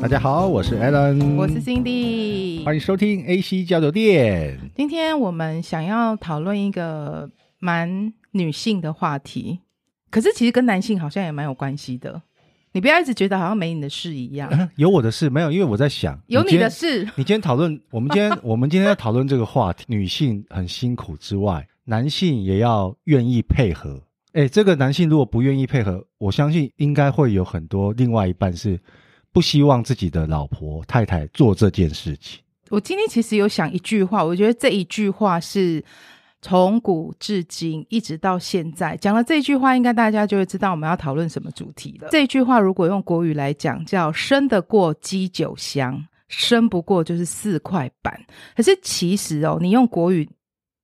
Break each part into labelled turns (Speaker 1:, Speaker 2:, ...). Speaker 1: 大家好，我是 Alan，
Speaker 2: 我是 Cindy。
Speaker 1: 欢迎收听 AC 交流店。
Speaker 2: 今天我们想要讨论一个蛮女性的话题，可是其实跟男性好像也蛮有关系的。你不要一直觉得好像没你的事 一样，
Speaker 1: 啊有我的事没有？因为我在想，
Speaker 2: 有
Speaker 1: 今
Speaker 2: 你
Speaker 1: 天
Speaker 2: 的。事。
Speaker 1: 你今天讨 论，我们今天我们今天要讨论这个话题，女性很辛苦之外，男性也要愿意配合。哎，这个男性如果不愿意配合，我相信应该会有很多另外一半是不希望自己的老婆太太做这件事情。
Speaker 2: 我今天其实有想一句话，我觉得这一句话是从古至今一直到现在讲了这一句话，应该大家就会知道我们要讨论什么主题了。这一句话如果用国语来讲，叫“生得过鸡酒香，生不过就是四块板”。可是其实哦，你用国语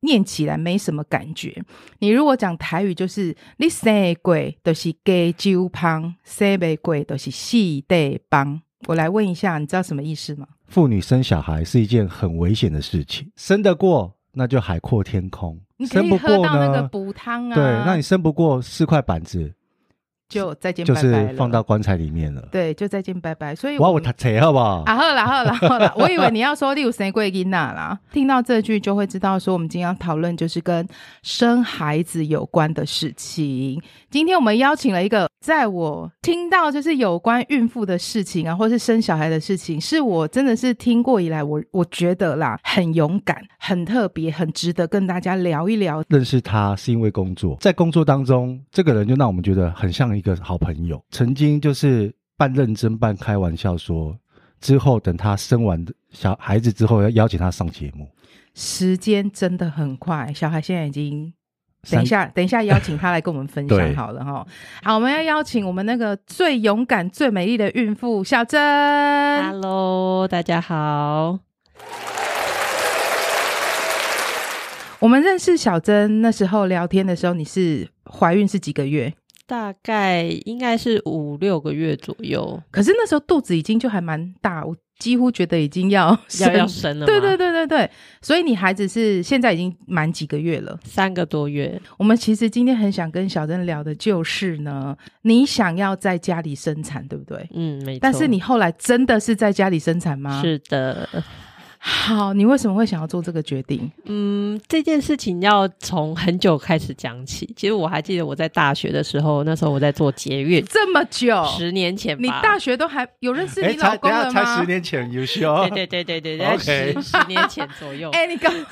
Speaker 2: 念起来没什么感觉，你如果讲台语，就是你生贵都是给酒胖，生不贵都是细对帮。我来问一下，你知道什么意思吗？
Speaker 1: 妇女生小孩是一件很危险的事情，生得过那就海阔天空
Speaker 2: 你，可
Speaker 1: 生
Speaker 2: 以
Speaker 1: 不
Speaker 2: 喝
Speaker 1: 过
Speaker 2: 到那个
Speaker 1: 呢？
Speaker 2: 补汤啊，
Speaker 1: 对，那你生不过四块板子，
Speaker 2: 就再见
Speaker 1: 就
Speaker 2: 拜拜
Speaker 1: 是
Speaker 2: 了
Speaker 1: 放到棺材里面了。
Speaker 2: 对，就再见拜拜。所以
Speaker 1: 哇，
Speaker 2: 我
Speaker 1: 我
Speaker 2: 们
Speaker 1: 他扯好不好？
Speaker 2: 啊，好啦好啦好啦，我以为你要说你有谁贵囡娜啦，听到这句就会知道说我们今天要讨论就是跟生孩子有关的事情。今天我们邀请了一个，在我听到就是有关孕妇的事情啊，或是生小孩的事情，是我真的是听过以来，我我觉得啦，很勇敢，很特别，很值得跟大家聊一聊。
Speaker 1: 认识他是因为工
Speaker 2: 啊
Speaker 1: 作，在工作当中，这个人就让我们觉得很像一个好朋友。曾经就是半认真半开玩笑说，之后等他生完小孩子之后，要邀请他上节目。
Speaker 2: 时间真的很快，小孩现在已经
Speaker 1: 三
Speaker 2: 等一下，等一下邀请他来跟我们分
Speaker 1: 对
Speaker 2: 享好了哈。好，我们要邀请我们那个最勇敢、最美丽的孕妇小珍。
Speaker 3: Hello，大家好。
Speaker 2: 我们认识小珍那时候聊天的时候，你是怀孕是几个月？
Speaker 3: 大概应该是五六个月左右，
Speaker 2: 可是那时候肚子已经就还蛮大，我几乎觉得已经要
Speaker 3: 要要
Speaker 2: 生
Speaker 3: 生了吗
Speaker 2: 对对，对对对，所以你孩子是现在已经满几个月了？
Speaker 3: 三个多月。
Speaker 2: 我们其实今天很想跟小珍聊的就是呢，你想要在家里生产，对不对？
Speaker 3: 嗯，没错。
Speaker 2: 但是你后来真的是在家里生产吗？。
Speaker 3: 是的，
Speaker 2: 好，你为什么会想要做这个决定？
Speaker 3: 嗯，这件事情要从很久开始讲起。其实我还记得我在大学的时候，那时候我在做捷运，
Speaker 2: 这么久，
Speaker 3: 十年前吧。
Speaker 2: 你大学都还有认识
Speaker 1: 哎
Speaker 2: 你老公了吗？
Speaker 1: 年前优秀，
Speaker 3: 对对对对对
Speaker 1: 哦 OK
Speaker 3: 对，十十年前左右。
Speaker 2: 哎、你干 干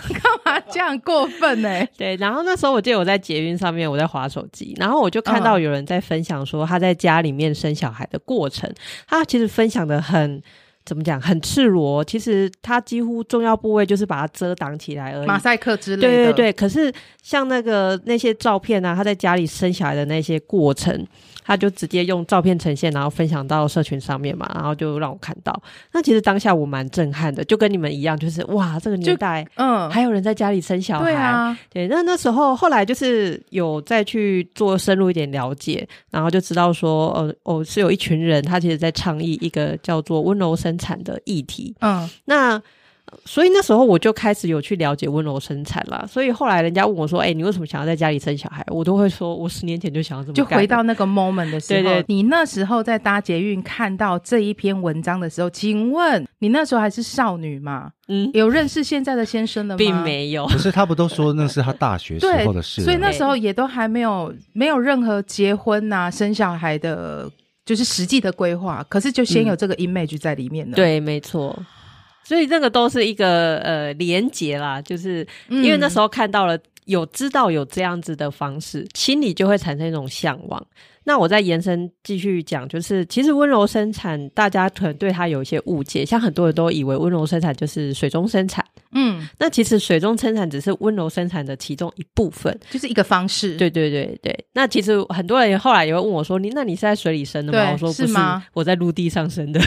Speaker 2: 嘛这样过分呢、
Speaker 3: 对，然后那时候我记得我在捷运上面，我在划手机，然后我就看
Speaker 2: 嗯
Speaker 3: 到有人在分享说他在家里面生小孩的过程，他其实分享的很。怎么讲？很赤裸，其实他几乎重要部位就是把它遮挡起来而已。
Speaker 2: 马赛克之类的，
Speaker 3: 对对对，可是像那个那些照片啊，他在家里生小孩的那些过程，他就直接用照片呈现，然后分享到社群上面嘛，然后就让我看到。那其实当下我蛮震撼的，就跟你们一样，就是哇，这个
Speaker 2: 就
Speaker 3: 年代
Speaker 2: 嗯，
Speaker 3: 还有人在家里生小孩，
Speaker 2: 对啊，
Speaker 3: 对，那那时候后来就是有再去做深入一点了解，然后就知道说，呃，哦，是有一群人他其实在倡议一个叫做温柔生产的议题。
Speaker 2: 嗯，
Speaker 3: 那呃所以那时候我就开始有去了解温柔生产啦。所以后来人家问我说，哎、你为什么想要在家里生小孩？我都会说，我十年前就想要这么
Speaker 2: 就
Speaker 3: 干
Speaker 2: 回到那个 moment 的时候，
Speaker 3: 对对
Speaker 2: 你那时候在搭捷运看到这一篇文章的时候，请问你那时候还是少女吗？
Speaker 3: 嗯，
Speaker 2: 有认识现在的先生了吗？
Speaker 3: 并没有。
Speaker 1: 不是他不都说那是他大学时
Speaker 2: 对
Speaker 1: 候的事了吗，
Speaker 2: 所以那时候也都还没有没有任何结婚呐、生小孩的，就是实际的规划。可是就先有这个 image 在里面了。
Speaker 3: 对，没错。所以这个都是一个呃连结啦，就是
Speaker 2: 嗯，
Speaker 3: 因为那时候看到了有知道有这样子的方式，心里就会产生一种向往。那我再延伸继续讲，就是其实温柔生产，大家可能对它有一些误解，像很多人都以为温柔生产就是水中生产，
Speaker 2: 嗯，
Speaker 3: 那其实水中生产只是温柔生产的其中一部分。
Speaker 2: 就是一个方式。
Speaker 3: 对对对对，那其实很多人后来也会问我说：“你那你是在水里生的吗？”
Speaker 2: 对
Speaker 3: 我说：“
Speaker 2: 是
Speaker 3: 不
Speaker 2: 吗
Speaker 3: 我在陆地上生的。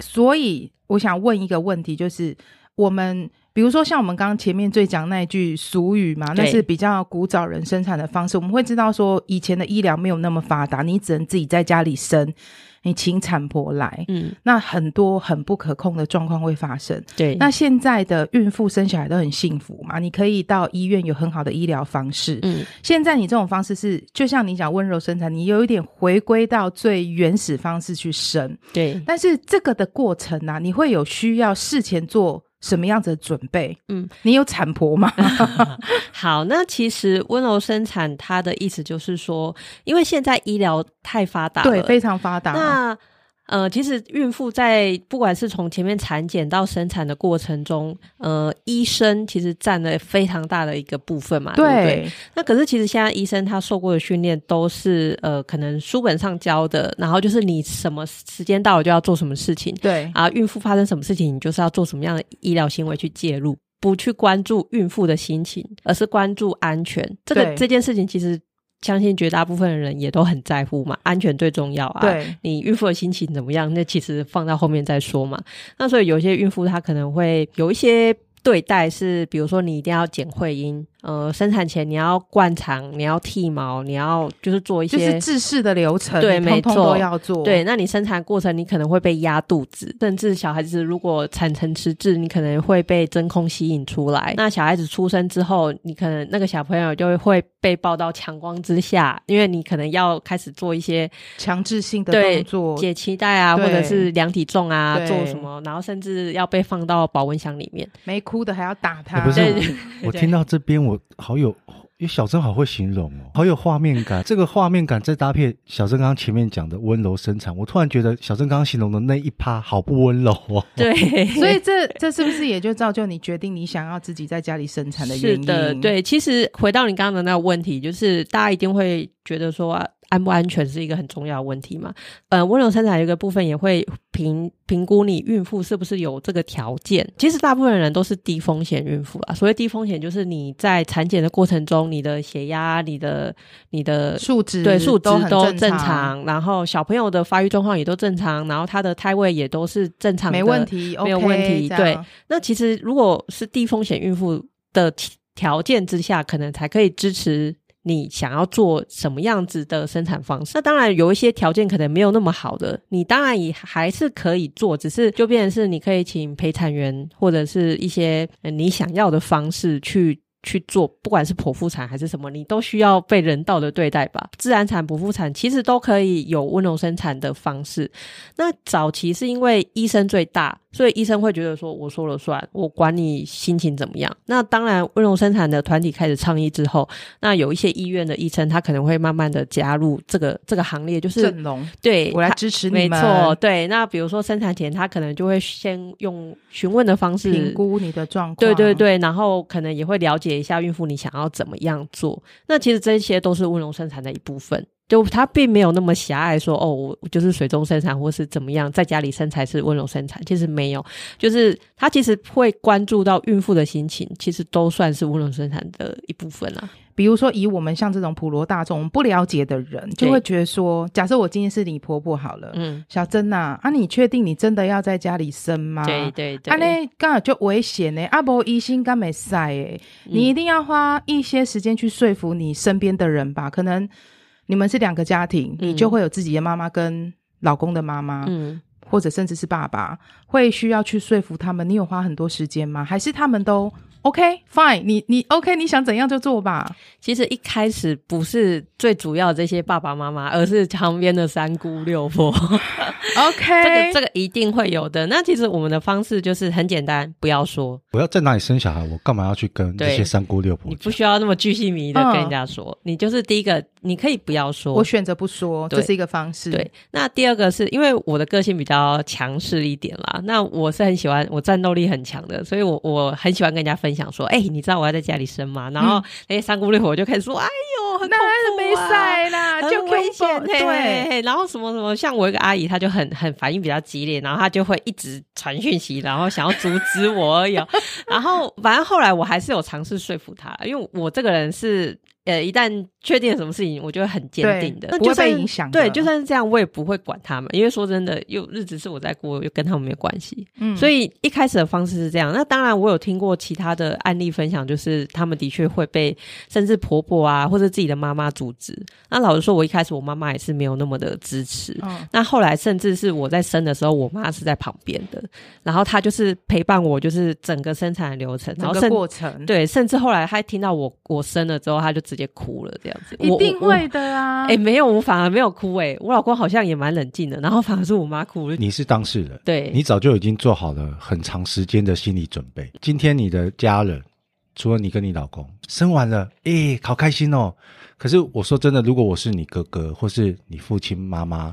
Speaker 2: 所以我想问一个问题，就是我们比如说像我们刚刚前面最讲那一句俗语嘛，那
Speaker 3: 对
Speaker 2: 是比较古早人生产的方式。我们会知道说，以前的医疗没有那么发达，你只能自己在家里生，你请产婆来，
Speaker 3: 嗯，
Speaker 2: 那很多很不可控的状况会发生。
Speaker 3: 对，
Speaker 2: 那现在的孕妇生小孩都很幸福嘛，你可以到医院有很好的医疗方式。
Speaker 3: 嗯
Speaker 2: 现在你这种方式是，就像你讲温柔生产，你有一点回归到最原始方式去生，
Speaker 3: 对，
Speaker 2: 但是这个的过程啊，你会有需要事前做什么样子的准备？
Speaker 3: 嗯，
Speaker 2: 你有产婆 吗？
Speaker 3: 好，那其实温柔生产它的意思就是说，因为现在医疗太发达了，
Speaker 2: 对，非常发达。
Speaker 3: 那呃，其实孕妇在不管是从前面产检到生产的过程中，呃，医生其实占了非常大的一个部分嘛，对不对？
Speaker 2: 对
Speaker 3: 那可是其实现在医生他受过的训练都是呃，可能书本上教的，然后就是你什么时间到了就要做什么事情，
Speaker 2: 对
Speaker 3: 啊，孕妇发生什么事情，你就是要做什么样的医疗行为去介入，不去关注孕妇的心情，而是关注安全。这个
Speaker 2: 对
Speaker 3: 这件事情，其实相信绝大部分的人也都很在乎嘛，安全最重要啊。。
Speaker 2: 对
Speaker 3: 你孕妇的心情怎么样？那其实放到后面再说嘛。那所以有一些孕妇她可能会有一些对待是，比如说你一定要剪会阴，呃，生产前你要灌肠，你要剃毛，你要就是做一
Speaker 2: 就
Speaker 3: 些
Speaker 2: 是制式的流程，
Speaker 3: 对
Speaker 2: 你通通
Speaker 3: 没错
Speaker 2: 都要做。
Speaker 3: 对，那你生产过程你可能会被压肚子，甚至小孩子如果产程迟滞，你可能会被真空吸引出来。那小孩子出生之后，你可能那个小朋友就会被抱到强光之下，因为你可能要开始做一些
Speaker 2: 强制性的
Speaker 3: 对
Speaker 2: 动作，
Speaker 3: 解脐带啊，或
Speaker 2: 对
Speaker 3: 者是量体重啊，
Speaker 2: 对
Speaker 3: 做什么，然后甚至要被放到保温箱里面。
Speaker 2: 没哭的还要打他。
Speaker 1: 不是
Speaker 3: 对
Speaker 1: 我
Speaker 3: 对
Speaker 1: 我听到这边，我好有，因为小郑好会形容哦，好有画面感。这个画面感再搭配小郑刚刚前面讲的温柔生产，我突然觉得小郑刚刚形容的那一趴好不温柔哦。
Speaker 3: 对，
Speaker 2: 所以这这是不是也就造就你决定你想要自己在家里生产的原
Speaker 3: 是
Speaker 2: 因？
Speaker 3: 的，，对。其实回到你刚刚的那个问题，就是大家一定会觉得说、啊安不安全是一个很重要的问题嘛。呃，温柔生产有一个部分也会评评估你孕妇是不是有这个条件。其实大部分人都是低风险孕妇啊。所谓低风险，就是你在产检的过程中，你的血压、你的、你的
Speaker 2: 数值
Speaker 3: 对数值
Speaker 2: 呃都很
Speaker 3: 都
Speaker 2: 正
Speaker 3: 正，然后小朋友的发育状况也都正常，然后他的胎位也都是正常的，
Speaker 2: 没问题，
Speaker 3: 没有
Speaker 2: OK，
Speaker 3: 问题
Speaker 2: 这
Speaker 3: 对
Speaker 2: 样，
Speaker 3: 那其实如果是低风险孕妇的条件之下，可能才可以支持你想要做什么样子的生产方式。那当然有一些条件可能没有那么好的，你当然也还是可以做，只是就变成是你可以请陪产员或者是一些呃你想要的方式去。去做，不管是剖腹产还是什么，你都需要被人道的对待吧。自然产、剖腹产其实都可以有温柔生产的方式，那早期是因为医生最大，所以医生会觉得说我说了算，我管你心情怎么样。那当然，温柔生产的团体开始倡议之后，那有一些医院的医生他可能会慢慢的加入这个这个行列，就是
Speaker 2: 阵容，
Speaker 3: 对
Speaker 2: 我来
Speaker 3: 他
Speaker 2: 支持你
Speaker 3: 没
Speaker 2: 们，
Speaker 3: 错，对。那比如说生产前，他可能就会先用询问的方式
Speaker 2: 评估你的状况，
Speaker 3: 对对，对，然后可能也会了解一下孕妇你想要怎么样做。那其实这些都是温柔生产的一部分，就它并没有那么狭隘说，哦，我我就是水中生产或是怎么样，在家里生才是温柔生产。其实没有，就是它其实会关注到孕妇的心情，其实都算是温柔生产的一部分啊。
Speaker 2: 比如说以我们像这种普罗大众我们不了解的人，就会觉得说，假设我今天是你婆婆好了，
Speaker 3: 嗯，
Speaker 2: 小珍呐，啊，你确定你真的要在家里生吗？
Speaker 3: 嗯对。对对，
Speaker 2: 啊，那刚好就危险呢。阿伯医心干没塞哎，
Speaker 3: 嗯
Speaker 2: 你一定要花一些时间去说服你身边的人吧。可能你们是两个家庭，
Speaker 3: 嗯
Speaker 2: 你就会有自己的妈妈跟老公的妈妈，
Speaker 3: 嗯
Speaker 2: 或者甚至是爸爸，会需要去说服他们。你有花很多时间吗？还是他们都 OK fine？你你 OK？你想怎样就做 吧。
Speaker 3: 其实一开始不是最主要的这些爸爸妈妈，而是旁边的三姑六婆。这
Speaker 2: OK，
Speaker 3: 个这个一定会有的。那其实我们的方式就是很简单，不要说，
Speaker 1: 我要在哪里生小孩，我干嘛要去跟这
Speaker 3: 对
Speaker 1: 些三姑六婆
Speaker 3: 你
Speaker 1: 讲
Speaker 3: 不？需要那么巨细靡的
Speaker 2: 嗯
Speaker 3: 跟人家说，你就是第一个，你可以不要说
Speaker 2: 我。选择不说，
Speaker 3: 对
Speaker 2: 这是一个方式。
Speaker 3: 对，那第二个是因为我的个性比较强势一点啦，那我是很喜欢我战斗力很强的，所以我我很喜欢跟人家分享说，哎、你知道我要在家里生吗？然后那些三姑六婆就开始说，哎呦，很恐
Speaker 2: 那还是没
Speaker 3: 怖啊
Speaker 2: 塞啦，
Speaker 3: 很
Speaker 2: 就
Speaker 3: 危险欸
Speaker 2: combo-
Speaker 3: 嘿
Speaker 2: 对。
Speaker 3: 嘿然后什么什么，像我一个阿姨，她就很很反应比较激烈，然后她就会一直传讯息，然后想要阻止我而已哦、然后反正后来我还是有尝试说服他，因为我这个人是呃，一旦确定了什么事情，我就很坚定的，
Speaker 2: 对
Speaker 3: 哦那就算
Speaker 2: 不会被影响的
Speaker 3: 对，就算是这样，我也不会管他们，因为说真的，又日子是我在过，又跟他们没有关系。
Speaker 2: 嗯
Speaker 3: 所以一开始的方式是这样。那当然，我有听过其他的案例分享，就是他们的确会被甚至婆婆啊，或者自己的妈妈阻止。那老实说，我一开始我妈妈也是没有那么的支持。
Speaker 2: 嗯
Speaker 3: 那后来，甚至是我在生的时候，我妈是在旁边的，然后她就是陪伴我，就是整个生产的流程，然
Speaker 2: 整
Speaker 3: 后
Speaker 2: 个
Speaker 3: 甚
Speaker 2: 过程，，
Speaker 3: 对，甚至后来她听到我我生了之后，她就直接哭了，这样子。
Speaker 2: 一
Speaker 3: 我
Speaker 2: 定。
Speaker 3: 我
Speaker 2: 会的啊。
Speaker 3: 哎、没有，我反而没有哭、哎，我老公好像也蛮冷静的，然后反而是我妈哭了。
Speaker 1: 你是当事人，
Speaker 3: 对，
Speaker 1: 你早就已经做好了很长时间的心理准备。今天你的家人，除了你跟你老公生完了，诶、好开心哦。可是我说真的，如果我是你哥哥或是你父亲妈妈，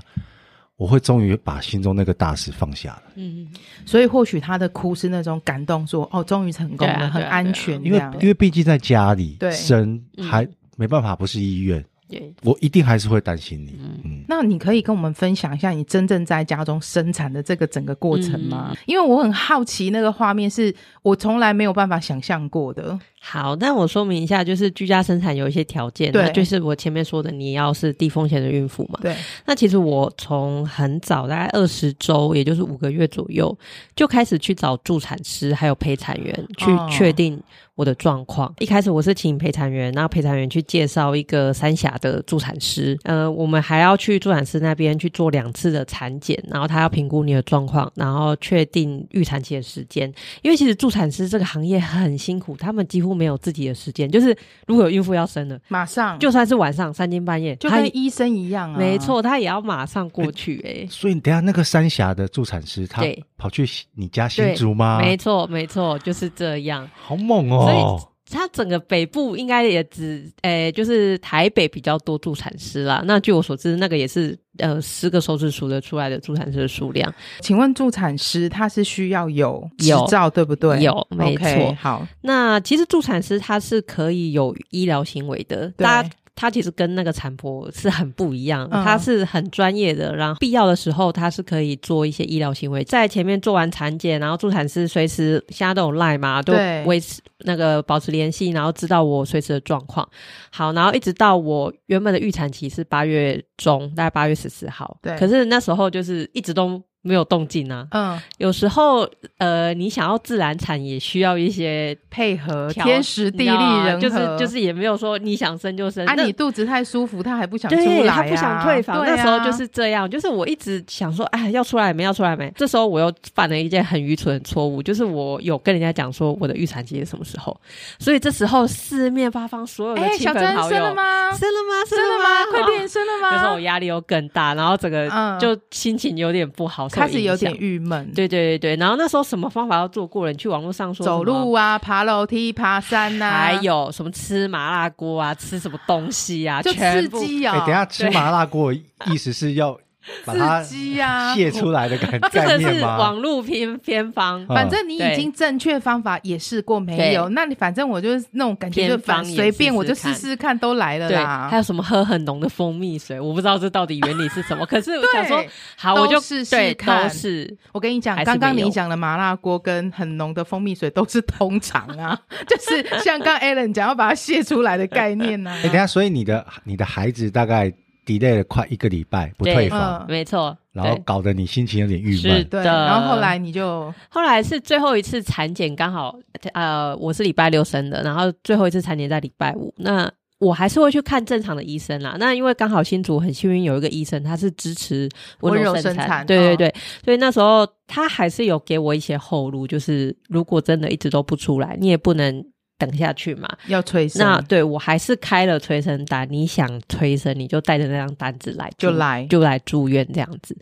Speaker 1: 我会终于把心中那个大石放下了，
Speaker 3: 嗯，
Speaker 2: 所以或许他的哭是那种感动说，哦，终于成功
Speaker 3: 对啊对
Speaker 2: 了，
Speaker 3: 啊
Speaker 2: 很安全这
Speaker 1: 因为
Speaker 2: 样。
Speaker 1: 因为毕竟在家里
Speaker 2: 对
Speaker 1: 生
Speaker 3: 嗯
Speaker 1: 还没办法，不是医院，
Speaker 3: 对，
Speaker 1: 我一定还是会担心你。嗯，
Speaker 2: 那你可以跟我们分享一下你真正在家中生产的这个整个过程吗？
Speaker 3: 嗯
Speaker 2: 因为我很好奇那个画面是我从来没有办法想象过 的。
Speaker 3: 好，那我说明一下，就是居家生产有一些条件，
Speaker 2: 对
Speaker 3: 那就是我前面说的，你要是低风险的孕妇嘛。
Speaker 2: 对，
Speaker 3: 那其实我从很早，大概二十周，也就是五个月左右，就开始去找助产师还有陪产员去
Speaker 2: 哦
Speaker 3: 确定我的状况。一开始我是请陪产员，然后陪产员去介绍一个三峡的助产师，呃，我们还要去助产师那边去做两次的产检，然后他要评估你的状况，然后确定预产期的时间。因为其实助产师这个行业很辛苦，他们几乎没有自己的时间，就是如果有孕妇要生了，
Speaker 2: 马上
Speaker 3: 就算是晚上三更半夜，
Speaker 2: 就
Speaker 3: 他也
Speaker 2: 跟医生一样啊，哎
Speaker 3: 没。错，他也要马上过去、欸
Speaker 1: 所以你等一下那个三峡的助产师，他
Speaker 3: 对
Speaker 1: 跑去你家新
Speaker 3: 对
Speaker 1: 竹吗
Speaker 2: 啊
Speaker 3: 哎、？没错，没错，就是这样。
Speaker 1: 好猛
Speaker 3: 所以
Speaker 1: 哦！
Speaker 3: 他整个北部应该也只，诶、就是台北比较多助产师啦。那据我所知，那个也是呃十个手指数得出来的助产师的数量。
Speaker 2: 请问助产师他是需要有执
Speaker 3: 有
Speaker 2: 照对不对？
Speaker 3: 有没
Speaker 2: OK，
Speaker 3: 错
Speaker 2: 好，
Speaker 3: 那其实助产师他是可以有医疗行为的，
Speaker 2: 对
Speaker 3: 大家。他其实跟那个产婆是很不一样，
Speaker 2: 嗯
Speaker 3: 他是很专业的，然后必要的时候他是可以做一些医疗行为，在前面做完产检，然后助产师随时现在都有赖嘛，都
Speaker 2: 对
Speaker 3: 维持那个保持联系，然后知道我随时的状况。好，然后一直到我原本的预产期是八月中，大概八月十四号，
Speaker 2: 对
Speaker 3: 可是那时候就是一直都没有动静啊。
Speaker 2: 嗯，
Speaker 3: 有时候呃，你想要自然产也需要一些
Speaker 2: 配合
Speaker 3: 调
Speaker 2: 天时地利人和，
Speaker 3: 你知道吗就是就是也没有说你想生就生，
Speaker 2: 啊，
Speaker 3: 那
Speaker 2: 你肚子太舒服，他还不想出来、
Speaker 3: 对
Speaker 2: 啊，
Speaker 3: 他不想退房，
Speaker 2: 对啊
Speaker 3: 那时候就是这样，就是我一直想说，哎，要出来没？要出来没？这时候我又犯了一件很愚蠢的错误，就是我有跟人家讲说我的预产期是什么时候，所以这时候四面八方所有的
Speaker 2: 哎、
Speaker 3: 亲
Speaker 2: 小
Speaker 3: 朋
Speaker 2: 珍
Speaker 3: 好友，
Speaker 2: 生了吗？
Speaker 3: 生了吗？
Speaker 2: 生了
Speaker 3: 吗
Speaker 2: 吗？？
Speaker 3: 哦
Speaker 2: 快变生了
Speaker 3: 然后！这时候
Speaker 2: 吗
Speaker 3: 我？压力又更大，然后整个
Speaker 2: 嗯
Speaker 3: 就心情有点不好，受
Speaker 2: 开始
Speaker 3: 影
Speaker 2: 有
Speaker 3: 响
Speaker 2: 点郁闷，
Speaker 3: 对对对对，然后那时候什么方法都做过了，你去网络上说
Speaker 2: 走
Speaker 3: 什么
Speaker 2: 路啊，爬楼梯、爬山啊呐、
Speaker 3: 还有什么吃麻辣锅啊，吃什么东西啊，
Speaker 2: 就
Speaker 3: 全
Speaker 2: 刺
Speaker 3: 部
Speaker 2: 激
Speaker 1: 哎、
Speaker 2: 啊、
Speaker 1: 等一下吃麻辣锅，意思是要把它
Speaker 2: 刺激啊，
Speaker 1: 泄出来的感
Speaker 3: 这
Speaker 1: 概
Speaker 3: 个
Speaker 1: 念
Speaker 3: 是
Speaker 1: 吗？
Speaker 3: 网络偏偏方。
Speaker 1: 嗯
Speaker 2: 反正你已
Speaker 3: 对
Speaker 2: 经正确方法也试过没有，
Speaker 3: 对
Speaker 2: 那你反正我就是那种感觉，就
Speaker 3: 偏方
Speaker 2: 反
Speaker 3: 也
Speaker 2: 随便
Speaker 3: 试试
Speaker 2: 我就试试看，都来了
Speaker 3: 对，
Speaker 2: 啦。
Speaker 3: 还有什么喝很浓的蜂蜜水？我不知道这到底原理是什 么。可是我想说
Speaker 2: 对，
Speaker 3: 好，
Speaker 2: 都
Speaker 3: 我就
Speaker 2: 试试
Speaker 3: 对，
Speaker 2: 看
Speaker 3: 都是
Speaker 2: 我跟你讲
Speaker 3: 还，是
Speaker 2: 刚刚
Speaker 3: 没有
Speaker 2: 你讲的麻辣锅跟很浓的蜂蜜水都是通常 啊，就是像刚 Alan 讲要把它泄出来的概念呢、啊
Speaker 1: 哎、。等一下，所以你的你的孩子大概 delay 了快一个礼拜不
Speaker 3: 对
Speaker 1: 退房，
Speaker 2: 嗯
Speaker 3: 没错。
Speaker 1: 然后
Speaker 3: 对
Speaker 1: 搞得你心情有点郁
Speaker 3: 是
Speaker 1: 闷。
Speaker 2: 对，
Speaker 3: 的
Speaker 2: 然后后来你就
Speaker 3: 后来是最后一次产检，刚好呃，我是礼拜六生的，然后最后一次产检在礼拜五。那我还是会去看正常的医生啦。那因为刚好新竹很幸运有一个医生，他是支持温
Speaker 2: 温柔
Speaker 3: 柔生
Speaker 2: 生产
Speaker 3: 对
Speaker 2: 哦
Speaker 3: 对对，所以那时候他还是有给我一些后路，就是如果真的一直都不出来，你也不能等下去嘛。
Speaker 2: 要催生，
Speaker 3: 那对我还是开了催生单，你想催生你就带着那张单子来
Speaker 2: 就
Speaker 3: 住
Speaker 2: 来
Speaker 3: 就来住院这样子。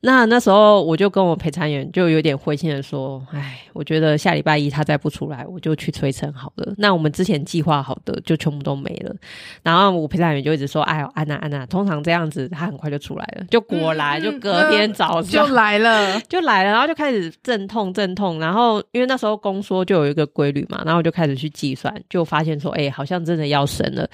Speaker 3: 那那时候我就跟我陪产员就有点灰心的说，哎，我觉得下礼拜一他再不出来，我就去催生好了。那我们之前计划好的就全部都没了。然后我陪产员就一直说，哎呦，安娜安娜，通常这样子他很快就出来了，就果然、
Speaker 2: 嗯
Speaker 3: 就隔天早
Speaker 2: 就
Speaker 3: 上。
Speaker 2: 来 了。
Speaker 3: 就来了，然后就开始阵痛阵痛，然后因为那时候宫缩就有一个规律嘛，然后我就开始去计算，就发现说，哎、好像真的要生了。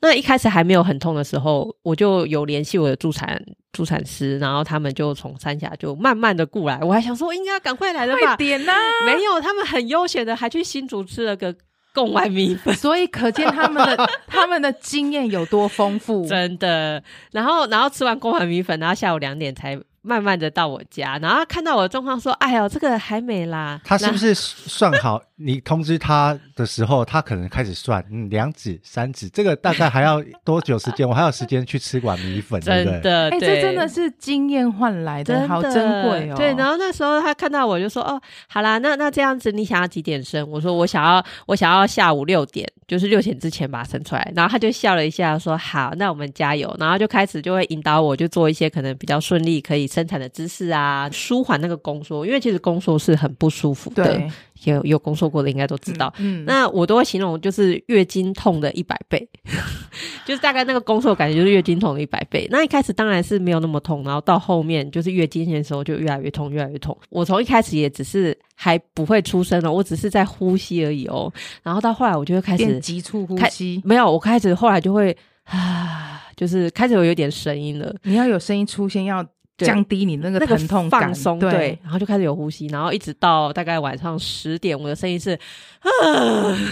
Speaker 3: 那一开始还没有很痛的时候，我就有联系我的助产助产师，然后他们就从三峡就慢慢的过来。我还想说应该要赶快啊来了吧
Speaker 2: 快，点呐、
Speaker 3: 没有，他们很悠闲的还去新竹吃了个贡丸米粉。
Speaker 2: 所以可见他们 的他们的经验有多丰富。
Speaker 3: 真的。然后，然后吃完公碗米粉，然后下午两点才慢慢的到我家，然后看到我的状况说：“哎呦，这个还没啦。”
Speaker 1: 他是不
Speaker 3: 是？
Speaker 1: 是算好 你通知他的时候，他可能开始算，嗯，两指、三指，这个大概还要多久时间？我还有时间去吃碗米粉，对
Speaker 3: 真
Speaker 1: 不对？
Speaker 3: 的，
Speaker 2: 哎、
Speaker 3: 对
Speaker 2: 这真的。是经验换来
Speaker 3: 真
Speaker 2: 的，
Speaker 3: 的
Speaker 2: 好珍贵哦。
Speaker 3: 对，然后那时候他看到我就说：“哦，好啦，那那这样子，你想要几点生？”我说：“我想要，我想要下午六点，就是六点之前把它生出来。”然后他就笑了一下，说：“好，那我们加油。”然后就开始就会引导我，就做一些可能比较顺利可以生产的姿势啊，舒缓那个宫缩，因为其实宫缩是很不舒服的。
Speaker 2: 对，
Speaker 3: 有有工作过的应该都知道。
Speaker 2: 嗯，
Speaker 3: 那我都会形容就是月经痛的一百倍， 就是大概那个宫缩感觉就是月经痛的一百倍。那一开始当然是没有那么痛，然后到后面就是月经的时候就越来越痛，越来越痛。我从一开始也只是还不会出声哦，我只是在呼吸而已哦。然后到后来我就会开始
Speaker 2: 变急促呼
Speaker 3: 开
Speaker 2: 吸，
Speaker 3: 没有，我开始后来就会 啊，就是开始有有点声音了。
Speaker 2: 你要有声音出现，要
Speaker 3: 对
Speaker 2: 降低你那个
Speaker 3: 那个
Speaker 2: 疼痛感，
Speaker 3: 放松，
Speaker 2: 对。
Speaker 3: 对，然后就开始有呼吸，然后一直到大概晚上十点，我的声音是， 啊，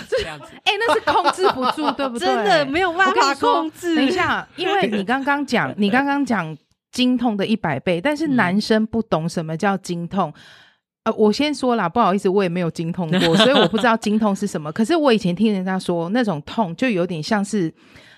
Speaker 3: 这样子，
Speaker 2: 哎、那是控制不 住，对不对？
Speaker 3: 真的没有办
Speaker 2: 我跟
Speaker 3: 法
Speaker 2: 你说
Speaker 3: 控制。
Speaker 2: 等一， 下，因为你刚刚讲，你刚刚讲经痛的一百倍，但是
Speaker 3: 嗯
Speaker 2: 男生不懂什么叫经痛。呃，我先说啦，不好意思，我也没有经痛 过，所以我不知道经痛是什么。可是我以前听人家说，那种痛就有点像是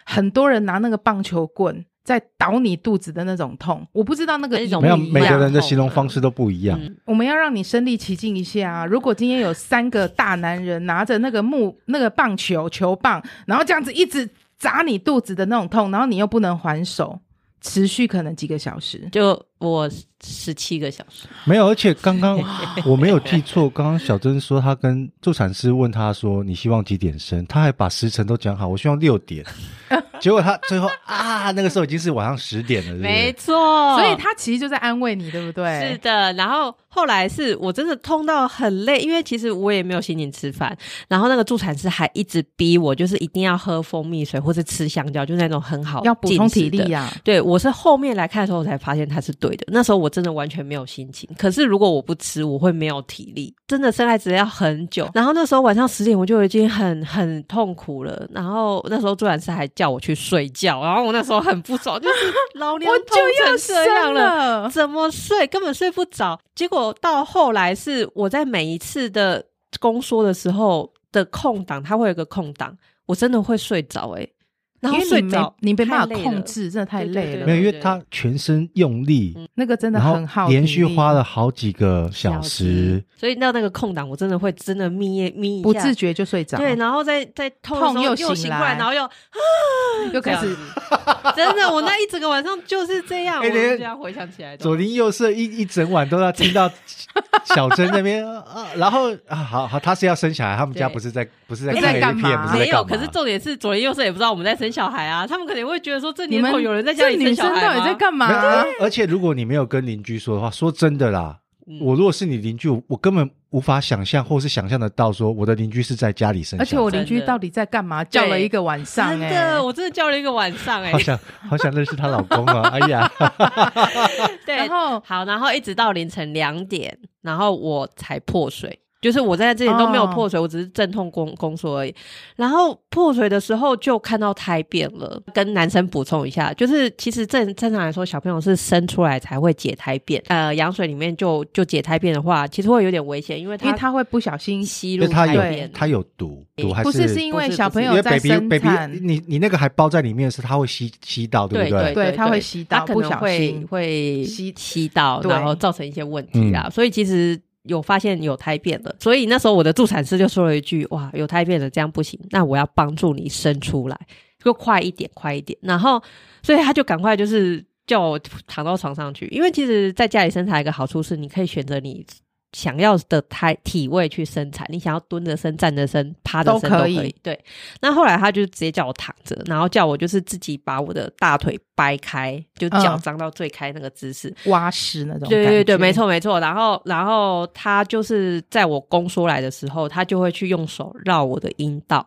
Speaker 2: 很多人拿那个棒球棍在捣你肚子的那种痛，我不知道那个啊
Speaker 3: 那种
Speaker 1: 没有，
Speaker 3: 不一样
Speaker 1: 每个人的形容方式都不一样。
Speaker 2: 我们要让你身临其境一下、啊。如果今天有三个大男人拿着那个木那个棒球球棒，然后这样子一直砸你肚子的那种痛，然后你又不能还手，持续可能几个小时。
Speaker 3: 就我十七个小时，
Speaker 1: 没有，而且刚刚我没有记错，刚刚小珍说她跟助产师问她说你希望几点生，她还把时辰都讲好，我希望六点， 结果她最后啊，那个时候已经是晚上十点了，对不对
Speaker 3: 错
Speaker 2: 所以他其实就在安慰你，对不对？
Speaker 3: 哦是的，然后后来是我真的痛到很累，因为其实我也没有心情吃饭，然后那个助产师还一直逼我，就是一定要喝蜂蜜水或者吃香蕉，就是那种很好
Speaker 2: 要补充
Speaker 3: 进
Speaker 2: 体
Speaker 3: 食的
Speaker 2: 力呀、啊。
Speaker 3: 对，我是后面来看的时候，我才发现他是对的。那时候我真的完全没有心情。可是如果我不吃，我会没有体力。真的生孩子要很久。然后那时候晚上十点，我就已经很很痛苦了。然后那时候助产师还叫我去睡觉，然后我那时候很不爽，就是老娘
Speaker 2: 我
Speaker 3: 痛
Speaker 2: 就要
Speaker 3: 成这样
Speaker 2: 生
Speaker 3: 了。
Speaker 2: 了，
Speaker 3: 怎么睡根本睡不着。结果到后来是我在每一次的宫缩的时候的空档，它会有一个空档，我真的会睡着哎、欸然后
Speaker 2: 因为
Speaker 3: 睡
Speaker 2: 你
Speaker 3: 着
Speaker 2: 没你没办
Speaker 3: 太
Speaker 2: 法
Speaker 3: 累
Speaker 2: 控
Speaker 3: 了
Speaker 2: 制，真的太
Speaker 3: 对
Speaker 2: 累
Speaker 3: 对
Speaker 2: 了。
Speaker 1: 没有，因为她全身用力，
Speaker 2: 那个真的
Speaker 1: 然
Speaker 2: 很
Speaker 1: 后
Speaker 2: 耗，
Speaker 1: 连续花了，好几个小时，，
Speaker 3: 所以到那个空档，我真的会真的眯一眯一下，
Speaker 2: 不自觉就睡着，
Speaker 3: 对，，然后再再痛的时候
Speaker 2: 痛又醒
Speaker 3: 又醒过来，
Speaker 2: 来
Speaker 3: 然后又
Speaker 2: 又开始
Speaker 3: 真的，我那一整个晚上就是这样，
Speaker 1: 哎
Speaker 3: 我
Speaker 1: 等一下
Speaker 3: 就这样回想起来的。
Speaker 1: 左邻右舍一一整晚都要听到小珍那边啊，然后啊，好好，她是要生小孩，他们家
Speaker 3: 对
Speaker 1: 不是在不是在
Speaker 2: 不是
Speaker 1: 看
Speaker 2: 在
Speaker 1: A
Speaker 2: 干
Speaker 1: 片，
Speaker 2: 嘛
Speaker 1: 不是在
Speaker 3: 没
Speaker 1: 干嘛
Speaker 3: 有，可是重点是左邻右舍也不知道我们在生小孩啊，他们可能会觉得说这
Speaker 2: 你
Speaker 3: 年头
Speaker 2: 们
Speaker 3: 有人在家
Speaker 2: 这
Speaker 3: 里
Speaker 2: 女
Speaker 3: 生小
Speaker 2: 生到
Speaker 3: 孩
Speaker 2: 底
Speaker 3: 吗
Speaker 2: 在干嘛
Speaker 1: 没有啊而且如果你没有跟邻居说的话，说真的啦，
Speaker 3: 嗯
Speaker 1: 我如果是你邻居，我我根本无法想象，或是想象得到，说我的邻居是在家里生小孩，
Speaker 2: 而且我邻居
Speaker 3: 真的
Speaker 2: 到底在干嘛？叫了一个晚上、
Speaker 3: 真
Speaker 2: 欸，
Speaker 3: 的，我真的叫了一个晚上哎、
Speaker 1: 好想好想认识她老公 啊！哎呀，
Speaker 3: 对，
Speaker 2: 然后
Speaker 3: 好，然后一直到凌晨两点，然后我才破水。就是我在这里都没有破水，我只是阵痛宫宫缩而已。然后破水的时候就看到胎变了。跟男生补充一下，就是其实正正常来说，小朋友是生出来才会解胎变。呃，羊水里面就就解胎变的话，其实会有点危险，因为
Speaker 2: 因
Speaker 3: 它
Speaker 2: 为他会不小心，
Speaker 3: 吸
Speaker 1: 因
Speaker 3: 入
Speaker 1: 为她
Speaker 3: 胎
Speaker 1: 有
Speaker 3: 变。
Speaker 1: 她有毒，毒还
Speaker 2: 不是
Speaker 1: 是
Speaker 2: 是因为
Speaker 3: 不是
Speaker 2: 小朋
Speaker 1: 因
Speaker 2: 友
Speaker 1: 为
Speaker 2: 在
Speaker 1: baby
Speaker 2: 生
Speaker 1: baby，
Speaker 2: 产，
Speaker 1: 你你那个还包在里面是她会吸吸到，对不哎
Speaker 3: 对对
Speaker 2: 对他会吸到
Speaker 3: 它可
Speaker 2: 不
Speaker 3: 能
Speaker 2: 小
Speaker 3: 会
Speaker 2: 心
Speaker 3: 会
Speaker 2: 吸
Speaker 3: 吸到，
Speaker 2: 对
Speaker 3: 然后造成一些问题啦。所以其实有发现有胎变了，所以那时候我的助产师就说了一句：“哇，有胎变了，这样不行，那我要帮助你生出来，就快一点，快一点。”然后，所以他就赶快就是叫我躺到床上去，因为其实在家里生产一个好处是，你可以选择你。想要的胎体位去生产，你想要蹲着生、站着生、趴着生
Speaker 2: 都
Speaker 3: 都
Speaker 2: 可
Speaker 3: 可
Speaker 2: 以
Speaker 3: 以。对，那后来他就直接叫我躺着，然后叫我就是自己把我的大腿掰开，就脚
Speaker 2: 嗯
Speaker 3: 张到最开那个姿势。
Speaker 2: 挖屎那种，
Speaker 3: 对对对，没。错没错。然后然后他就是在我宫缩来的时候，他就会去用手绕我的阴道，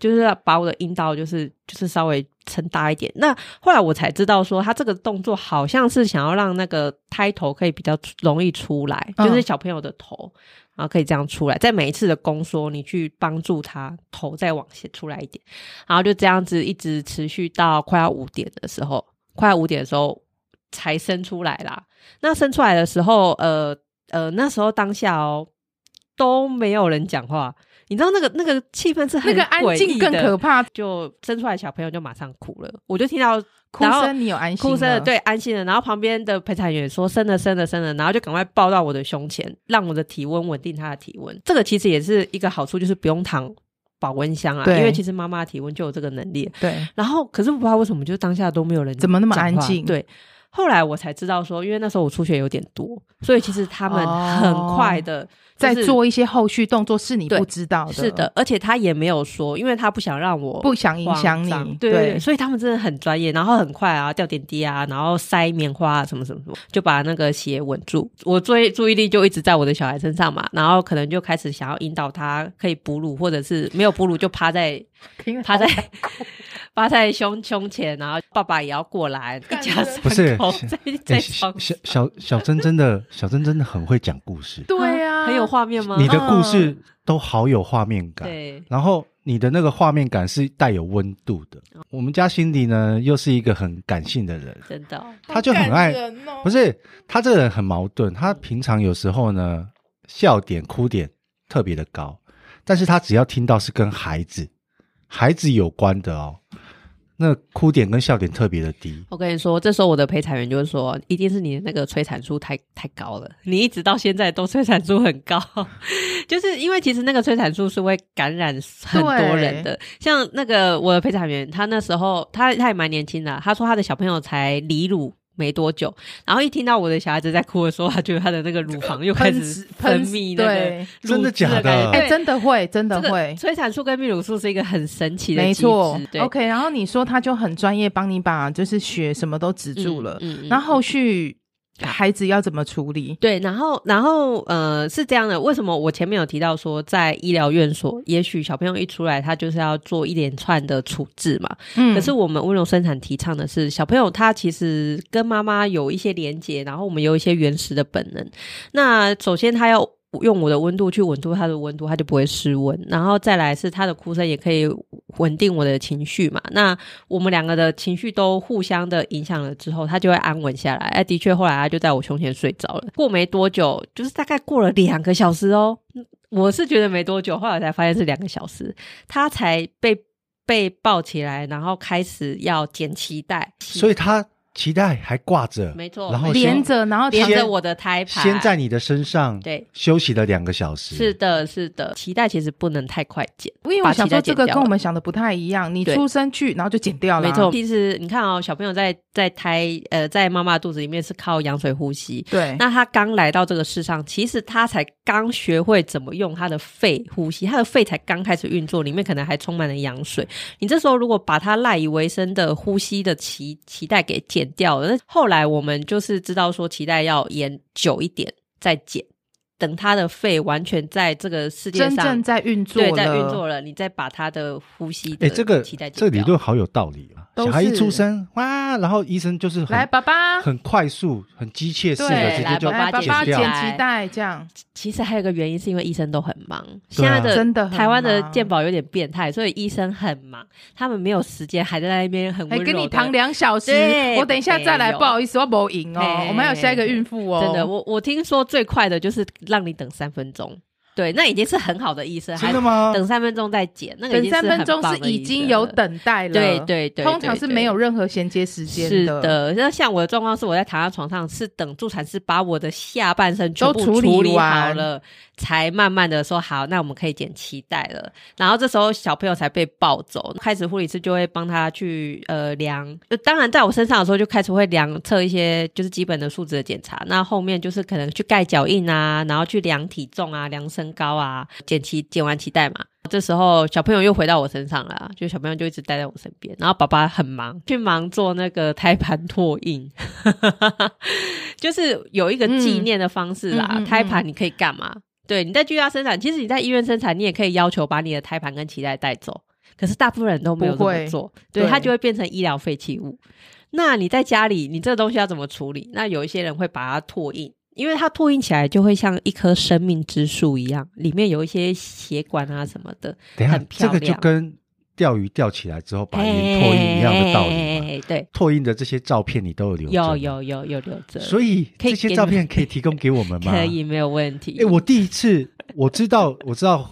Speaker 3: 就是把我的阴道就是就是稍微撑大一点。那后来我才知道说，他这个动作好像是想要让那个胎头可以比较出容易出来，
Speaker 2: 嗯
Speaker 3: 就是小朋友的头。然后可以这样出来，在每一次的宫缩，你去帮助他头再往前出来一点，然后就这样子一直持续到快要五点的时候，快要五点的时候才生出来啦。那生出来的时候，呃呃，那时候当下哦都没有人讲话，你知道那个那个气氛是
Speaker 2: 那
Speaker 3: 很
Speaker 2: 个安静更可
Speaker 3: 怕。
Speaker 2: 怕，
Speaker 3: 就生出来小朋友就马上哭了，我就听到
Speaker 2: 哭
Speaker 3: 然后
Speaker 2: 声你有安心
Speaker 3: 哭声了，
Speaker 2: 了，
Speaker 3: 对，安心了。然后旁边的陪产员说生了，生了，生了，然后就赶快抱到我的胸前，让我的体温稳定他的体温。这个其实也是一个好处，就是不用躺保温箱啊，
Speaker 2: 对
Speaker 3: 因为其实妈妈的体温就有这个能力。
Speaker 2: 对
Speaker 3: 然后可是不知道为什么，就当下都没有人
Speaker 2: 怎么那么
Speaker 3: 讲话
Speaker 2: 安静
Speaker 3: 对。后来我才知道说，因为那时候我出血有点多，所以其实他们
Speaker 2: 哦
Speaker 3: 很快的、
Speaker 2: 在
Speaker 3: 就是
Speaker 2: 做一些后续动作是你
Speaker 3: 对
Speaker 2: 不知道的，
Speaker 3: 是的，，而且他也没有说，因为他不想让我
Speaker 2: 不想影响
Speaker 3: 慌
Speaker 2: 你，
Speaker 3: 张对对对，所以他们真的很专业，然后很快啊，吊点滴啊，然后塞棉花啊，什么什么什么，就把那个血稳住。我注意注意力就一直在我的小孩身上嘛，然后可能就开始想要引导他可以哺乳，或者是没有哺乳就趴在
Speaker 2: 听
Speaker 3: 趴在趴在胸胸前，然后爸爸也要过来，一家
Speaker 1: 不是
Speaker 3: 三口在
Speaker 1: 哎
Speaker 3: 在
Speaker 1: 小
Speaker 3: 床
Speaker 1: 小
Speaker 3: 上，
Speaker 1: 小小珍真的小珍真的很会讲故事，
Speaker 2: 对嗯啊，
Speaker 3: 很有画面吗？
Speaker 1: 你的故事都好有画面感。
Speaker 3: 对，
Speaker 1: 然后你的那个画面感是带有温度的。
Speaker 3: 哦
Speaker 1: 我们家辛迪呢，又是一个很感性的人，
Speaker 3: 真的哦
Speaker 1: 他就很爱，不
Speaker 4: 是
Speaker 1: 是他这个人很矛盾。他平常有时候呢，笑点、哭点特别的高，但是他只要听到是跟孩子、孩子有关的哦，那哭点跟笑点特别的低。
Speaker 3: 我跟你说，这时候我的陪产员就会说，一定是你的那个催产素太太高了，你一直到现在都催产素很高，就是因为其实那个催产素是会感染很多人的。像那个我的陪产员，他那时候他他也蛮年轻的啊，他说他的小朋友才离乳。没多久，然后一听到我的小孩子在哭的时候，他觉得他的那个乳房又开
Speaker 2: 喷
Speaker 3: 始
Speaker 2: 子
Speaker 3: 分
Speaker 2: 喷
Speaker 3: 泌那个
Speaker 2: 对，
Speaker 3: 乳
Speaker 1: 真的
Speaker 3: 汁
Speaker 1: 假的
Speaker 3: 感觉
Speaker 1: 对
Speaker 2: 哎，真的会，真的
Speaker 3: 这个
Speaker 2: 会。
Speaker 3: 催产素跟泌乳素是一个很神奇的
Speaker 2: 没
Speaker 3: 机制，
Speaker 2: 错
Speaker 3: 对嗯
Speaker 2: ，OK。然后你说他就很专业，帮你把就是血什么都止住了。
Speaker 3: 嗯嗯嗯
Speaker 2: 然后后续孩子要怎么处理？
Speaker 3: 对，然后，然后，呃，是这样的，为什么我前面有提到说，在医疗院所，也许小朋友一出来，他就是要做一连串的处置嘛？
Speaker 2: 嗯
Speaker 3: 可是我们温柔生产提倡的是，小朋友他其实跟妈妈有一些连接，然后我们有一些原始的本能。那首先他要。用我的温度去稳住他的温度，他就不会失温。然后再来是他的哭声也可以稳定我的情绪嘛。那我们两个的情绪都互相的影响了之后，他就会安稳下来。哎，的确，后来他就在我胸前睡着了。过没多久，就是大概过了两个小时哦，我是觉得没多久，后来才发现是两个小时，他才被被抱起来，然后开始要剪脐带，
Speaker 1: 所以他脐带还挂着，
Speaker 3: 没错
Speaker 1: 然后先
Speaker 2: 连着，然后
Speaker 3: 连
Speaker 2: 躺
Speaker 3: 着我的胎盘，
Speaker 1: 先在你的身上
Speaker 3: 对。
Speaker 1: 休息了两个小时。
Speaker 3: 是的，是的，脐带其实不能太快剪，
Speaker 2: 因为
Speaker 3: 把
Speaker 2: 我
Speaker 3: 脐带
Speaker 2: 想说这个
Speaker 3: 剪掉
Speaker 2: 跟我
Speaker 3: 了
Speaker 2: 们想的不太一样，你
Speaker 3: 对
Speaker 2: 出生去然后就剪掉了，
Speaker 3: 没错。，其实你看哦，小朋友在在胎呃在妈妈肚子里面是靠羊水呼吸，
Speaker 2: 对，
Speaker 3: 那他刚来到这个世上，其实他才刚学会怎么用他的肺呼吸，他的肺才刚开始运作，里面可能还充满了羊水。你这时候如果把他赖以为生的呼吸的脐脐带给剪掉了，那后来我们就是知道说脐带要延久一点再剪，等他的肺完全在这个世界
Speaker 2: 真正
Speaker 3: 上。
Speaker 2: 在运作
Speaker 3: 对，
Speaker 2: 了，
Speaker 3: 在运作了，你再把他的呼吸的
Speaker 1: 哎，这个
Speaker 3: 脐带剪
Speaker 1: 这个理
Speaker 3: 掉
Speaker 1: 论好有道理啊！
Speaker 2: 都
Speaker 1: 小孩一
Speaker 2: 是
Speaker 1: 出生哇，然后医生就是很
Speaker 2: 来，爸爸，
Speaker 1: 很快速、很机械式的
Speaker 2: 对
Speaker 1: 直接
Speaker 3: 来
Speaker 1: 就
Speaker 2: 来，
Speaker 3: 把
Speaker 2: 爸
Speaker 3: 它
Speaker 2: 爸
Speaker 1: 剪
Speaker 2: 剪
Speaker 1: 掉。
Speaker 2: 脐带这样，
Speaker 3: 其实还有一个原因，是因为医生都很忙。
Speaker 1: 对
Speaker 3: 现
Speaker 1: 啊
Speaker 3: 在的
Speaker 2: 真的很
Speaker 3: 台湾的
Speaker 2: 忙
Speaker 3: 健保有点变态，所以医生很忙，他们没有时间，还在那边很
Speaker 2: 哎，
Speaker 3: 温柔。
Speaker 2: 给你躺。两小时
Speaker 3: 对，
Speaker 2: 我等一下再来，
Speaker 3: 没有
Speaker 2: 不好意思，我没赢哦
Speaker 3: 哎，
Speaker 2: 我们还有下一个孕妇哦，
Speaker 3: 真的，我我听说最快的就是让你等三分钟，对，那已经是很好的医生，
Speaker 1: 真的
Speaker 3: 还
Speaker 1: 吗？
Speaker 3: 等三分钟再剪，那个
Speaker 2: 等
Speaker 3: 已经
Speaker 2: 三
Speaker 3: 是
Speaker 2: 分
Speaker 3: 很
Speaker 2: 钟
Speaker 3: 棒
Speaker 2: 是
Speaker 3: 的
Speaker 2: 已
Speaker 3: 医
Speaker 2: 经
Speaker 3: 生
Speaker 2: 有
Speaker 3: 了
Speaker 2: 等待了，
Speaker 3: 对对对对
Speaker 2: 通常是没有任何衔接时间
Speaker 3: 是
Speaker 2: 的
Speaker 3: 的，那像我的状况是，我在躺在床上是等助产师把我的下半身全
Speaker 2: 都
Speaker 3: 部
Speaker 2: 处理
Speaker 3: 处理好
Speaker 2: 完
Speaker 3: 了，才慢慢的说好，那我们可以剪脐带了。然后这时候小朋友才被抱走，开始护理师就会帮他去呃量，呃当然在我身上的时候就开始会量测一些就是基本的数值的检查，那后面就是可能去盖脚印啊，然后去量体重啊，量身高啊，剪脐剪完脐带嘛，这时候小朋友又回到我身上了啊，就小朋友就一直待在我身边，然后爸爸很忙，去忙做那个胎盘拓印， 就是有一个纪念的方式啦。
Speaker 2: 嗯嗯嗯
Speaker 3: 胎盘你可以干嘛？对，你在居家生产，其实你在医院生产，你也可以要求把你的胎盘跟脐带带走。可是大部分人都没有这
Speaker 2: 不
Speaker 3: 么
Speaker 2: 会
Speaker 3: 做，对
Speaker 2: 对
Speaker 3: 它就会变成医疗废弃物。那你在家里，你这个东西要怎么处理？那有一些人会把它拓印，因为它拓印起来就会像一棵生命之树一样，里面有一些血管啊什么的，
Speaker 1: 等一下这
Speaker 3: 很，漂
Speaker 1: 个
Speaker 3: 亮
Speaker 1: 就跟钓鱼钓起来之后把云拓印一样的道理嘛。
Speaker 3: 嘿对，
Speaker 1: 拓印的这些照片你都有留着吗
Speaker 3: 有，有有有留着，
Speaker 1: 所以
Speaker 3: 可以
Speaker 1: 这些
Speaker 3: 给
Speaker 1: 照
Speaker 3: 你
Speaker 1: 片
Speaker 3: 们
Speaker 1: 可以提供给我们吗？
Speaker 3: 可以没有问题。
Speaker 1: 哎、我第一次我知道我知道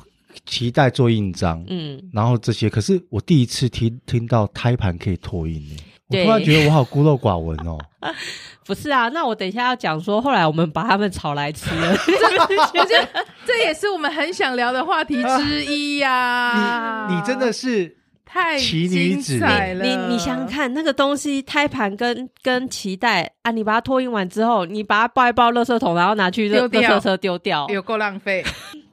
Speaker 1: 脐带做印章，
Speaker 3: 嗯，
Speaker 1: 然后这些，可是我第一次听听到胎盘可以拓印呢，我
Speaker 3: 对
Speaker 1: 突然觉得我好孤陋寡闻哦。
Speaker 3: 不是啊，那我等一下要讲说，后来我们把他们炒来吃了，
Speaker 2: 我觉得这也是我们很想聊的话题之一呀、
Speaker 1: 你你真的是
Speaker 2: 太
Speaker 1: 奇女子
Speaker 2: 精彩了！
Speaker 3: 你你想想，看，那个东西胎盘跟跟脐带啊，你把它托运完之后，你把它抱一抱垃圾桶，然后拿去垃
Speaker 2: 丢掉
Speaker 3: 垃圾车丢掉。
Speaker 2: 有够浪费，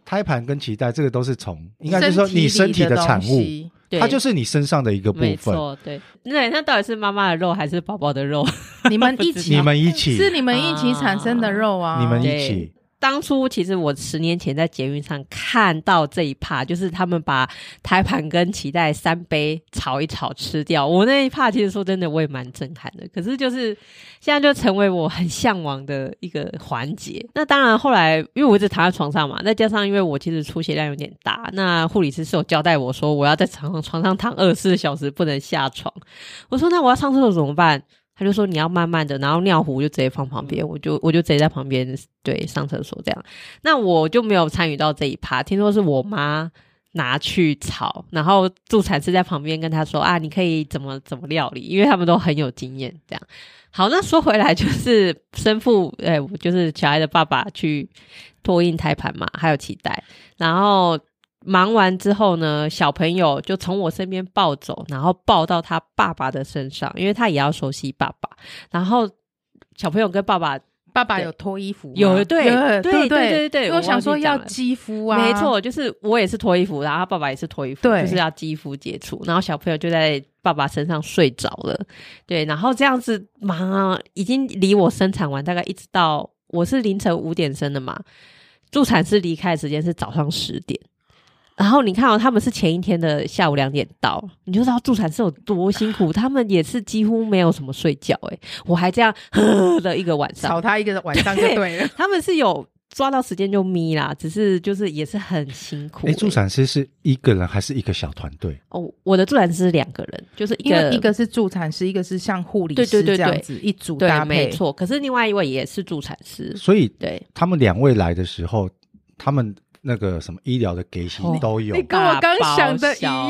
Speaker 1: 胎盘跟脐带，这个都是从
Speaker 3: 啊
Speaker 1: 应该就是说你身体的产
Speaker 2: 身体
Speaker 1: 物，
Speaker 2: 里的东西
Speaker 3: 对，
Speaker 1: 它就是你身上的一个部
Speaker 3: 没
Speaker 1: 分。
Speaker 3: 错，对。那那到底是妈妈的肉还是宝宝的肉？
Speaker 2: 你们一起啊
Speaker 1: 你们一起，
Speaker 2: 是你们一起产生的肉啊，
Speaker 1: 你们
Speaker 3: 对
Speaker 1: 一起，
Speaker 3: 当初其实我十年前在捷运上看到这一趴，就是他们把胎盘跟脐带三杯炒一炒吃掉。我那一趴其实说真的，我也蛮震撼的。可是就是现在就成为我很向往的一个环节。那当然后来因为我一直躺在床上嘛，再加上因为我其实出血量有点大，那护理师是有交代我说我要在床上床上躺二十四小时，不能下床。我说那我要上厕所怎么办？他就说你要慢慢的，然后尿壶就直接放旁边，我就我就直接在旁边对上厕所这样。那我就没有参与到这一趴，听说是我妈拿去炒，然后助产师在旁边跟她说啊，你可以怎么怎么料理，因为他们都很有经验这样。好，那说回来就是 生父，哎、我就是小孩的爸爸去托运胎盘嘛，还有脐带，然后。忙完之后呢，小朋友就从我身边抱走，然后抱到他爸爸的身上，因为他也要熟悉爸爸。然后小朋友跟爸爸
Speaker 2: 爸爸有脱衣服吗，啊
Speaker 3: 有对
Speaker 2: 有
Speaker 3: 对
Speaker 2: 对
Speaker 3: 对对对
Speaker 2: 因为我想说
Speaker 3: 我忘记讲
Speaker 2: 要
Speaker 3: 了
Speaker 2: 肌肤啊，
Speaker 3: 没，错，就是我也是脱衣服，然后他爸爸也是脱衣服，
Speaker 2: 对
Speaker 3: 就是要肌肤接触，然后小朋友就在爸爸身上睡着了，对，然后这样子嘛，已经离我生产完大概一直到我是凌晨五点生的嘛，助产士离开的时间是早上十点。然后你看哦，他们是前一天的下午两点到，你就知道助产士有多辛苦。他们也是几乎没有什么睡觉、欸，我还这样呵的一个晚上，
Speaker 2: 吵他一个晚上就 对了。
Speaker 3: 他们是有抓到时间就眯啦，只是就是也是很辛苦、
Speaker 1: 哎，助
Speaker 3: 欸
Speaker 1: 产师是一个人还是一个小团队？
Speaker 3: 哦，我的助产师是两个人，就是一
Speaker 2: 因为
Speaker 3: 个
Speaker 2: 一个是助产师，一个是像护理
Speaker 3: 对
Speaker 2: 师
Speaker 3: 对
Speaker 2: 这样
Speaker 3: 对对
Speaker 2: 子一组
Speaker 3: 对
Speaker 2: 搭，
Speaker 3: 没
Speaker 2: 配，
Speaker 3: 错。可是另外一位也是助产师，
Speaker 1: 所以
Speaker 3: 对，
Speaker 1: 他们两位来的时候，他们那个什么医疗的给洗
Speaker 3: 哦
Speaker 1: 都有。
Speaker 2: 那跟我刚想的一
Speaker 1: 然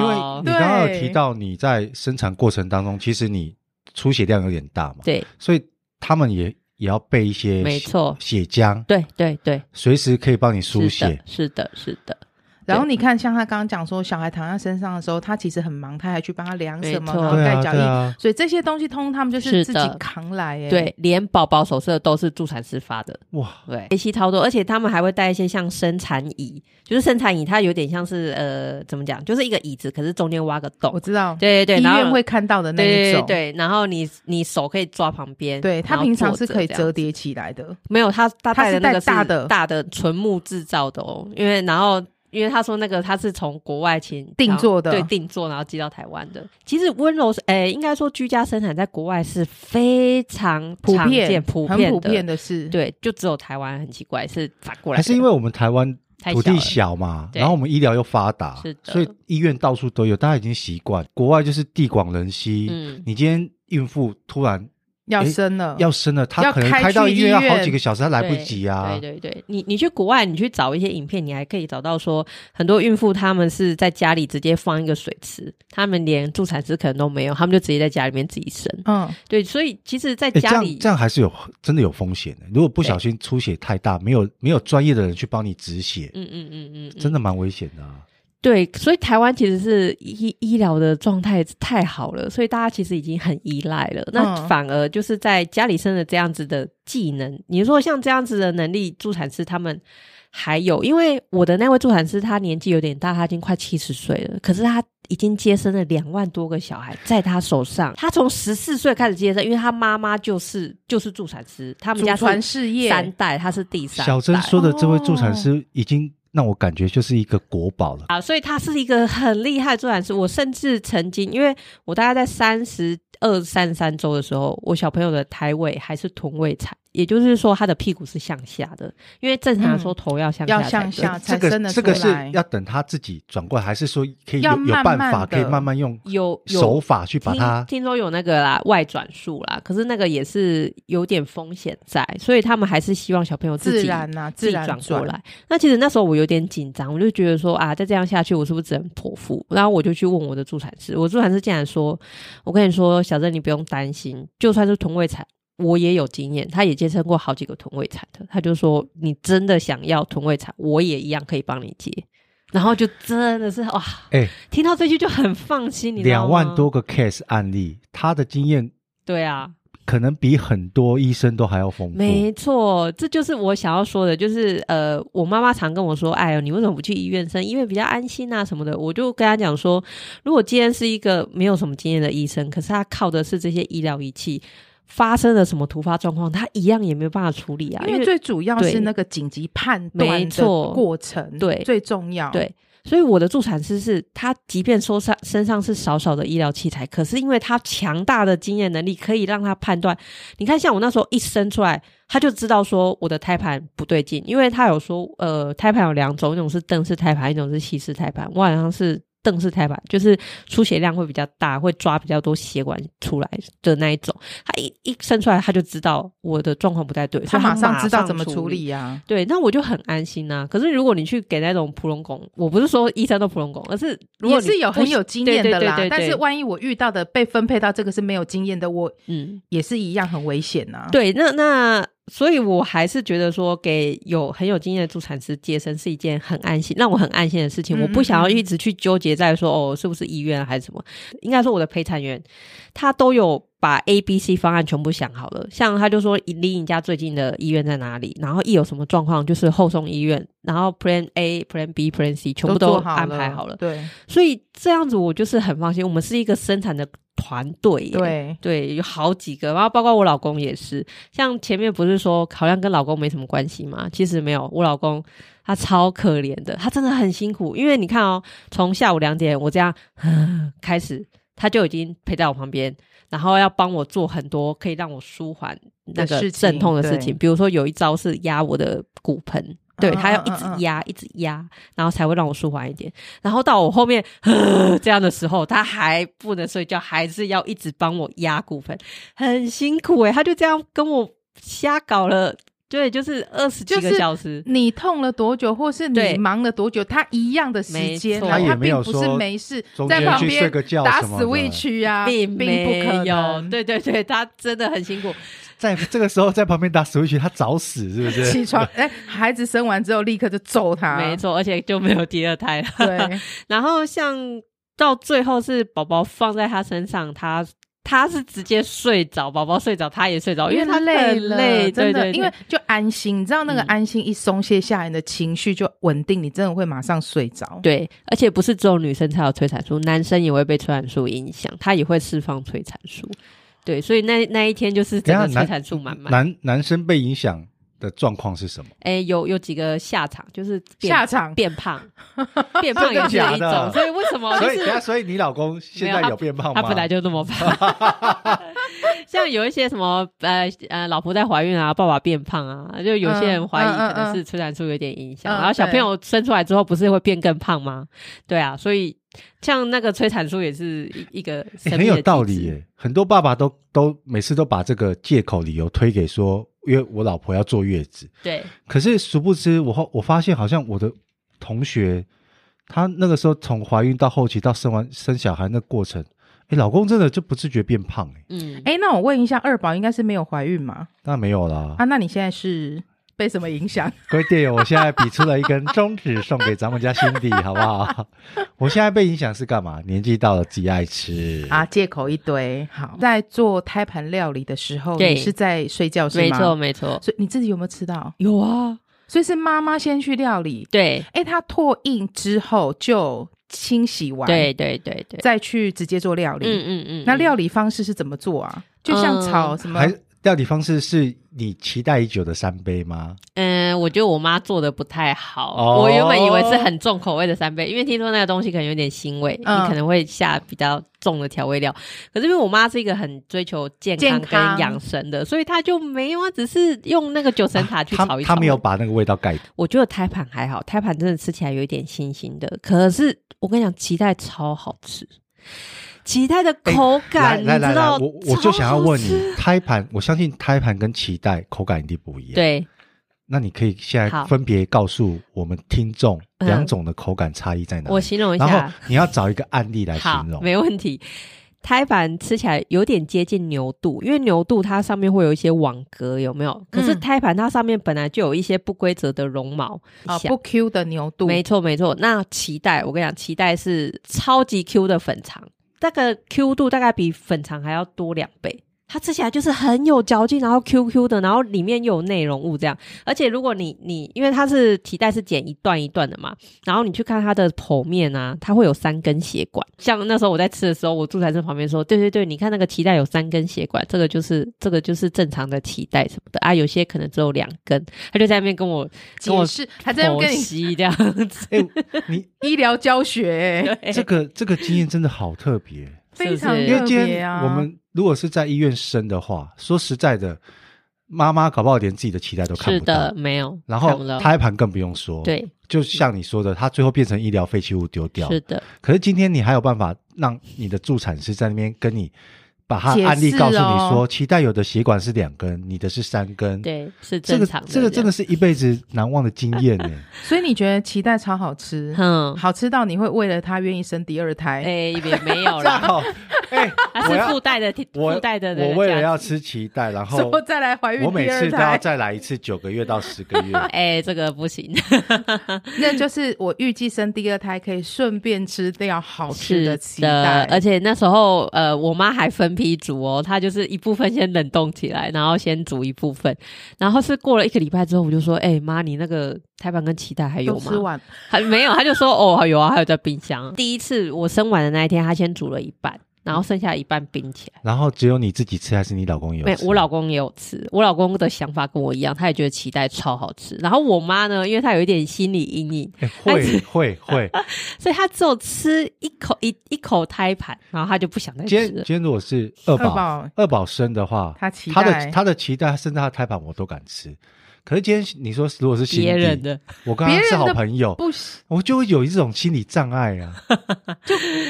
Speaker 1: 后，因为你
Speaker 2: 对
Speaker 1: 刚刚有提到你在生产过程当中，其实你出血量有点大嘛，
Speaker 3: 对
Speaker 1: 所以他们也也要备一些
Speaker 3: 没
Speaker 1: 血
Speaker 3: 错
Speaker 1: 血浆，
Speaker 3: 对对对，
Speaker 1: 随时可以帮你
Speaker 3: 是
Speaker 1: 输血
Speaker 3: 的，。是的，是的，
Speaker 2: 然后你看，像他刚刚讲说，小孩躺在身上的时候，他其实很忙，他还去帮他量什么，
Speaker 3: 没错
Speaker 2: 然后
Speaker 1: 对
Speaker 2: 盖
Speaker 1: 啊，
Speaker 2: 脚
Speaker 1: 对
Speaker 2: 印，
Speaker 1: 啊，
Speaker 2: 所以这些东西通通他们就是
Speaker 3: 是
Speaker 2: 自
Speaker 3: 的
Speaker 2: 己扛来，哎，
Speaker 3: 对，连宝宝手册都是助产师发的，
Speaker 1: 哇，
Speaker 3: 对，学习超多，而且他们还会带一些像生产椅，就是生产椅，它有点像是呃，怎么讲，就是一个椅子，可是中间挖个
Speaker 2: 我
Speaker 3: 洞，
Speaker 2: 知道，
Speaker 3: 哦对对对，
Speaker 2: 医
Speaker 3: 然后
Speaker 2: 院会看到的那一
Speaker 3: 对对
Speaker 2: 种，
Speaker 3: 对，然后你你手可以抓旁边，
Speaker 2: 对，他
Speaker 3: 然后
Speaker 2: 平常
Speaker 3: 坐
Speaker 2: 是
Speaker 3: 着
Speaker 2: 可以
Speaker 3: 这样
Speaker 2: 折叠起来的，
Speaker 3: 没有，他他
Speaker 2: 他
Speaker 3: 带
Speaker 2: 是
Speaker 3: 的那
Speaker 2: 带
Speaker 3: 个是
Speaker 2: 大的
Speaker 3: 大的纯木制造的哦，因为然后因为他说那个他是从国外请
Speaker 2: 定做的
Speaker 3: 然后对定做，然后寄到台湾的。其实温柔是，诶，应该说居家生产在国外是非常
Speaker 2: 普
Speaker 3: 常见
Speaker 2: 遍
Speaker 3: 普遍
Speaker 2: 很
Speaker 3: 的
Speaker 2: 普遍的是，
Speaker 3: 对，就只有台湾很奇怪，是反过来
Speaker 1: 还
Speaker 3: 的，
Speaker 1: 是因为我们台湾
Speaker 3: 太
Speaker 1: 土
Speaker 3: 小
Speaker 1: 地
Speaker 3: 了
Speaker 1: 小嘛，
Speaker 3: 对
Speaker 1: 然后我们医疗又发达
Speaker 3: 是，的
Speaker 1: 所以医院到处都有，大家已经习惯。国外就是地广人稀，
Speaker 3: 嗯，
Speaker 1: 你今天孕妇突然
Speaker 2: 要
Speaker 1: 诶
Speaker 2: 生了，
Speaker 1: 要生了，她
Speaker 2: 要
Speaker 1: 可能
Speaker 2: 开
Speaker 1: 开到
Speaker 2: 去
Speaker 1: 医院要
Speaker 2: 医
Speaker 1: 好
Speaker 2: 院
Speaker 1: 几个小时，她来不
Speaker 3: 对
Speaker 1: 及啊。
Speaker 3: 对对对，你你去国外，你去找一些影片，你还可以找到说很多孕妇她们是在家里直接放一个水池，她们连助产师可能都没有，她们就直接在家里面自己生。
Speaker 2: 嗯，
Speaker 3: 对，所以其实，在
Speaker 1: 哎，这
Speaker 3: 家
Speaker 1: 样
Speaker 3: 里
Speaker 1: 这样还是有真的有风险的。如果不小
Speaker 3: 对
Speaker 1: 心出血太大，没有没有专业的人去帮你止血，
Speaker 3: 嗯嗯嗯嗯，嗯
Speaker 1: 真的蛮危险的啊。
Speaker 3: 对，所以台湾其实是医医疗的状态太好了，所以大家其实已经很依赖了。那
Speaker 2: 嗯
Speaker 3: 反而就是在家里生的这样子的技能，你说像这样子的能力，助产师他们还有，因为我的那位助产师他年纪有点大，他已经快七十岁了，可是他已经接生了两万多个小孩在他手上。他从十四岁开始接生，因为他妈妈就是就是助产师，他们
Speaker 2: 祖
Speaker 3: 家
Speaker 2: 传
Speaker 3: 是
Speaker 2: 事业，
Speaker 3: 三代，他是第三代。哦
Speaker 1: 小珍说的这位助产师已经让我感觉就是一个国宝了。
Speaker 3: 啊，所以他是一个很厉害的助产师。我甚至曾经，因为我大概在三十二、三三周的时候，我小朋友的胎位还是臀位产，也就是说他的屁股是向下的，因为正常说
Speaker 2: 嗯
Speaker 3: 头要向下、
Speaker 2: 要向下。
Speaker 1: 哎这
Speaker 2: 才
Speaker 1: 个
Speaker 2: 生得
Speaker 1: 这
Speaker 2: 出
Speaker 1: 个
Speaker 2: 来。
Speaker 1: 是要等他自己转过来，还是说可以有
Speaker 2: 要
Speaker 1: 有
Speaker 2: 慢慢
Speaker 1: 办法可以
Speaker 2: 地
Speaker 1: 慢慢用
Speaker 3: 有有
Speaker 1: 手法去把
Speaker 3: 听
Speaker 1: 它
Speaker 3: 听说有那个啦外转术啦，可是那个也是有点风险在，所以他们还是希望小朋友自
Speaker 2: 自
Speaker 3: 己
Speaker 2: 然呐、自
Speaker 3: 自己
Speaker 2: 然
Speaker 3: 转过。来。那其实那时候我有点紧张，我就觉得说啊，再这样下去，我是不是只能剖腹？然后我就去问我的助产师，我助产师竟然说：“我跟你说，小郑你不用担心，就算是臀位产。”我也有经验，他也接生过好几个臀位产的。他就说：“你真的想要臀位产，我也一样可以帮你接。”然后就真的是哇，
Speaker 1: 哎
Speaker 3: 听到这句就很放心，你知哦道
Speaker 1: 两万
Speaker 3: 吗
Speaker 1: 多个 case 案例，他的经验
Speaker 3: 对啊，
Speaker 1: 可能比很多医生都还要丰富。
Speaker 3: 没错，这就是我想要说的，就是呃，我妈妈常跟我说，哎呦，你为什么不去医院生？医院比较安心啊什么的。我就跟她讲说，如果今天是一个没有什么经验的医生，可是他靠的是这些医疗仪器，发生了什么突发状况，他一样也没有办法处理啊，
Speaker 2: 因为最主要
Speaker 3: 对
Speaker 2: 是那个紧急判
Speaker 3: 没
Speaker 2: 断的
Speaker 3: 错
Speaker 2: 过程，
Speaker 3: 对
Speaker 2: 最重要。
Speaker 3: 对，所以我的助产师是他，即便说上身上是少少的医疗器材，可是因为他强大的经验能力，可以让他判断。你看，像我那时候一生出来，他就知道说我的胎盘不对劲，因为他有说，呃，胎盘有两种，一种是邓氏胎盘，一种是西式胎盘。我好像是。邓氏胎盘就是出血量会比较大，会抓比较多血管出来的那一种。他一一生出来，他就知道我的状况不太对，
Speaker 2: 他
Speaker 3: 所以
Speaker 2: 马
Speaker 3: 上
Speaker 2: 上知道怎么
Speaker 3: 处
Speaker 2: 处理啊。
Speaker 3: 对，那我就很安心呐、可是如果你去给那种普龙拱，我不是说医生都普龙拱，而是如果
Speaker 2: 也
Speaker 3: 你
Speaker 2: 是有
Speaker 3: 不
Speaker 2: 很
Speaker 3: 喜
Speaker 2: 有经验的啦，
Speaker 3: 对对对对对
Speaker 2: 但是万一我遇到的被分配到这个是没有经验的，我
Speaker 3: 嗯，
Speaker 2: 也是一样很危险啊呐、，
Speaker 3: 对，那那所以我还是觉得说给有很有经验的助产师接生是一件很安心，让我很安心的事情。
Speaker 2: 嗯
Speaker 3: 我不想要
Speaker 2: 嗯嗯
Speaker 3: 一直去纠结在说哦是不是医院啊还是什么，应该说我的陪产员他都有把 A、B、C 方案全部想好了，像他就说离你家最近的医院在哪里，然后一有什么状况就是后送医院，然后 Plan A、Plan B、Plan C 全部
Speaker 2: 都做
Speaker 3: 安排
Speaker 2: 好
Speaker 3: 好了。
Speaker 2: 对
Speaker 3: 所以这样子我就是很放心。我们是一个生产的团队耶，
Speaker 2: 对，
Speaker 3: 对，有好几个，然后包括我老公也是。像前面不是说好像跟老公没什么关系嘛，其实没有，我老公他超可怜的，他真的很辛苦。因为你看哦，从下午两点我这样 开始，他就已经陪在我旁边，然后要帮我做很多可以让我舒缓
Speaker 2: 的
Speaker 3: 那个
Speaker 2: 事情
Speaker 3: 阵痛的事
Speaker 2: 对
Speaker 3: 情，比如说有一招是压我的骨盆。对
Speaker 2: 嗯
Speaker 3: 他要
Speaker 2: 嗯
Speaker 3: 一
Speaker 2: 嗯
Speaker 3: 直
Speaker 2: 嗯
Speaker 3: 压，一直压，然后才会让我舒缓一点。然后到我后面呃这样的时候，他还不能睡觉，还是要一直帮我压骨盆，很辛苦欸诶、他就这样跟我瞎搞了，对，就是二十几
Speaker 2: 就
Speaker 3: 个
Speaker 2: 是
Speaker 3: 小时。
Speaker 2: 你痛了多久，或是
Speaker 3: 对
Speaker 2: 你忙了多久，他一样的时间啊，
Speaker 3: 没错
Speaker 1: 他也
Speaker 2: 他
Speaker 1: 没有
Speaker 2: 并不
Speaker 1: 说
Speaker 2: 是没事
Speaker 1: 中
Speaker 2: 在
Speaker 1: 间
Speaker 2: 旁
Speaker 1: 去睡
Speaker 2: 边
Speaker 1: 个觉
Speaker 2: 打
Speaker 1: 什么
Speaker 2: s
Speaker 1: 的
Speaker 2: w i t 啊，
Speaker 3: 并
Speaker 2: 并不
Speaker 3: 没
Speaker 2: 可
Speaker 3: 有，
Speaker 2: 能。
Speaker 3: 对对对，他真的很辛苦，
Speaker 1: 在这个时候在旁边打 switch，他找死是不 是？
Speaker 2: 起床，哎，孩子生完之后立刻就揍他，
Speaker 3: 没，错，而且就没有第二胎了。
Speaker 2: 啊 对，
Speaker 3: 然后像到最后是宝宝放在他身上，他他是直接睡着，宝宝睡着，他也睡着，哦因为他
Speaker 2: 他累
Speaker 3: 很
Speaker 2: 了，
Speaker 3: 累，
Speaker 2: 真
Speaker 3: 对
Speaker 2: 的，
Speaker 3: 对，对
Speaker 2: 因为就安心，你知道那个
Speaker 3: 嗯
Speaker 2: 安心一松懈下来，你的情绪就稳定，你真的会马上睡着。
Speaker 3: 对，而且不是只有女生才有催产素，男生也会被催产素影响，他也会释放催产素。对，所以那那一天就是整
Speaker 1: 等
Speaker 3: 个
Speaker 1: 一下
Speaker 3: 催
Speaker 1: 男
Speaker 3: 产素满满。
Speaker 1: 男男生被影响的状况是什么？
Speaker 3: 哎，有有几个下场就是变
Speaker 2: 下场
Speaker 3: 变胖，变胖也是
Speaker 1: 假
Speaker 3: 一
Speaker 1: 的
Speaker 3: 种。所以为什么
Speaker 1: 所
Speaker 3: 就
Speaker 1: 以等一
Speaker 3: 是
Speaker 1: 下，所以你老公现在
Speaker 3: 没有
Speaker 1: 有变胖吗？
Speaker 3: 他本来就那么胖？ 像有一些什么呃呃，老婆在怀孕啊，爸爸变胖啊，就有些人怀疑
Speaker 2: 嗯嗯
Speaker 3: 可能
Speaker 2: 嗯
Speaker 3: 是催产素有点影响，
Speaker 2: 嗯
Speaker 3: 然后小
Speaker 2: 对
Speaker 3: 朋友生出来之后不是会变更胖吗？对啊，所以像那个催产素也是一一个
Speaker 1: 欸
Speaker 3: 神秘的
Speaker 1: 很有
Speaker 3: 机
Speaker 1: 道
Speaker 3: 制
Speaker 1: 理耶。很多爸爸都都每次都把这个借口理由推给说，因为我老婆要坐月子。
Speaker 3: 对，
Speaker 1: 可是殊不知，我后我发现好像我的同学，她那个时候从怀孕到后期到生完生小孩那过程，哎，老公真的就不自觉变胖哎，
Speaker 3: 嗯，
Speaker 2: 哎，那我问一下，二宝应该是没有怀孕嘛？
Speaker 1: 那没有啦
Speaker 2: 啊，。那你现在是被什么影响？
Speaker 1: 各位队友，我现在比出了一根中指送给咱们家辛迪，好不好？ 我现在被影响是干嘛？年纪到了，自己爱吃
Speaker 2: 啊，借口一堆。好，在做胎盘料理的时候，
Speaker 3: 对
Speaker 2: 你是在睡觉是
Speaker 3: 没
Speaker 2: 吗？
Speaker 3: 错，没错，
Speaker 2: 所以你自己有没有吃到？
Speaker 3: 有啊，
Speaker 2: 所以是妈妈先去料理，
Speaker 3: 对，
Speaker 2: 哎，她唾印之后就清洗完，
Speaker 3: 对，对，对，对，
Speaker 2: 再去直接做料理。
Speaker 3: 嗯嗯嗯，
Speaker 2: 那
Speaker 3: 嗯
Speaker 2: 料理方式是怎么做啊？就像
Speaker 3: 嗯
Speaker 2: 炒什么？
Speaker 1: 还料理方式是你期待已久的三杯吗？
Speaker 3: 嗯，我觉得我妈做的不太好。
Speaker 1: 哦
Speaker 3: 我原本以为是很重口味的三杯，因为听说那个东西可能有点腥味，
Speaker 2: 嗯
Speaker 3: 你可能会下比较重的调味料。可是因为我妈是一个很追求健康
Speaker 2: 健
Speaker 3: 跟
Speaker 2: 康
Speaker 3: 养生的，所以她就没有啊，只是用那个九层塔去
Speaker 1: 他
Speaker 3: 炒一
Speaker 1: 他
Speaker 3: 炒。
Speaker 1: 啊没有，把那个味道盖掉。
Speaker 3: 我觉得胎盘还好，胎盘真的吃起来有一点腥腥的。可是我跟你讲，脐带超好吃，脐带的口
Speaker 1: 来
Speaker 3: 感，
Speaker 1: 哎来
Speaker 3: 你
Speaker 1: 来来，
Speaker 3: 知道，
Speaker 1: 我我就想要问
Speaker 3: 超好吃，
Speaker 1: 你，胎盘，我相信胎盘跟脐带口感一定不一样。，
Speaker 3: 对。
Speaker 1: 那你可以现在
Speaker 3: 好
Speaker 1: 分别告诉我们听众
Speaker 3: 嗯
Speaker 1: 两种的口感差异在哪
Speaker 3: 我
Speaker 1: 里，
Speaker 3: 形容一
Speaker 1: 然
Speaker 3: 下
Speaker 1: 后，你要找一个案例来
Speaker 3: 好
Speaker 1: 形，容。
Speaker 3: 没问题。胎盘吃起来有点接近牛肚，因为牛肚它上面会有一些网格，有没有？可是
Speaker 2: 嗯
Speaker 3: 胎盘它上面本来就有一些不规则的绒毛，
Speaker 1: 哦
Speaker 2: 啊，
Speaker 3: 想
Speaker 2: 不 Q 的牛肚，
Speaker 3: 没错没错。那脐带，我跟你讲，脐带是超级 Q 的粉肠，那个 Q 度大概比粉肠还要多两倍。它吃起来就是很有嚼劲，然后 Q Q 的，然后里面又有内容物这样。而且如果你你，因为它是脐带是剪一段一段的嘛，然后你去看它的剖面啊，它会有三根血管。像那时候我在吃的时候，我助产师旁边说：“对对对，你看那个脐带有三根血管，这个就是这个就是正常的脐带什么的啊，有些可能只有两根。”他就在那边跟我跟
Speaker 2: 解
Speaker 3: 我
Speaker 2: 释，还在那边
Speaker 3: 剖
Speaker 2: 跟你
Speaker 3: 析这样子。
Speaker 1: 哎、你
Speaker 2: 医疗教 学、欸
Speaker 1: 哎这个这个经验真的好特别，
Speaker 2: 非常
Speaker 3: 是不是
Speaker 1: 因为
Speaker 2: 特
Speaker 1: 今
Speaker 2: 别
Speaker 1: 天
Speaker 2: 啊。
Speaker 1: 我们如果是在医院生的话，说实在的，妈妈搞不好连自己的脐 带都看
Speaker 3: 是
Speaker 1: 不
Speaker 3: 的
Speaker 1: 到，，
Speaker 3: 没有。
Speaker 1: 然
Speaker 3: 看
Speaker 1: 后
Speaker 3: 不到
Speaker 1: 胎盘更不用说。，
Speaker 3: 对，
Speaker 1: 就像你说的，它最后变成医疗废弃物丢掉。
Speaker 3: 是的，
Speaker 1: 可是今天你还有办法让你的助产师在那边跟你把他
Speaker 2: 解释
Speaker 1: 案例告诉你说，
Speaker 2: 哦
Speaker 1: 脐带有的血管是两根，你的是三根。，
Speaker 3: 对，是
Speaker 1: 这
Speaker 3: 正
Speaker 1: 个
Speaker 3: 常的。
Speaker 1: 这个真的
Speaker 3: 的，
Speaker 1: 是一辈子难忘的经验呢。
Speaker 2: 所以你觉得脐带超好吃，
Speaker 3: 嗯，
Speaker 2: 好吃到你会为了它愿意生第二胎？
Speaker 3: 哎，也没有
Speaker 1: 这样
Speaker 3: 啦，
Speaker 1: 好， 哎，
Speaker 3: 它
Speaker 1: 我
Speaker 3: 是
Speaker 1: 要
Speaker 3: 附带的，
Speaker 1: 我
Speaker 3: 附带的那个价值。
Speaker 1: 我为了要吃脐带，然后
Speaker 2: 说再来怀 孕
Speaker 1: 我每
Speaker 2: 第二
Speaker 1: 次都要
Speaker 2: 胎，
Speaker 1: 再来一次九个月到十 个月。
Speaker 3: 哎，这个不行，
Speaker 2: 那就是我预计生第二胎可以顺便吃掉好吃
Speaker 3: 是
Speaker 2: 的脐带，
Speaker 3: 而且那时候呃，我妈还分批煮哦，她就是一部分先冷冻起来，然后先煮一部分，然后是过了一个礼拜之后，我就说，哎妈，你那个胎盘跟脐带还有
Speaker 2: 都
Speaker 3: 吗
Speaker 2: 吃？完，
Speaker 3: 还没有，他就说哦，有啊，还有在冰箱。第一次我生完的那一天，他先煮了一半，然后剩下一半冰起来。
Speaker 1: 然后只有你自己吃，还是你老公有
Speaker 3: 没
Speaker 1: 吃？，
Speaker 3: 我老公也有吃，我老公的想法跟我一样，他也觉得脐带超好吃。然后我妈呢，因为她有一点心理阴影，
Speaker 1: 哎会会 会。
Speaker 3: 所以她只有吃一口一一口胎盘，然后她就不想再
Speaker 1: 今天
Speaker 3: 吃了
Speaker 1: 今。天如果是二
Speaker 2: 二
Speaker 1: 宝
Speaker 2: 宝
Speaker 1: 二宝生的话，
Speaker 2: 他期
Speaker 1: 他
Speaker 2: 待
Speaker 1: 的他的脐带甚至他的胎盘我都敢吃。可是今天你说如果是新
Speaker 3: 别人
Speaker 1: 弟，
Speaker 3: 的
Speaker 1: 我跟他
Speaker 2: 别人
Speaker 1: 是
Speaker 2: 的
Speaker 1: 好朋友，
Speaker 2: 不行，
Speaker 1: 我就会有一种心理障碍啊。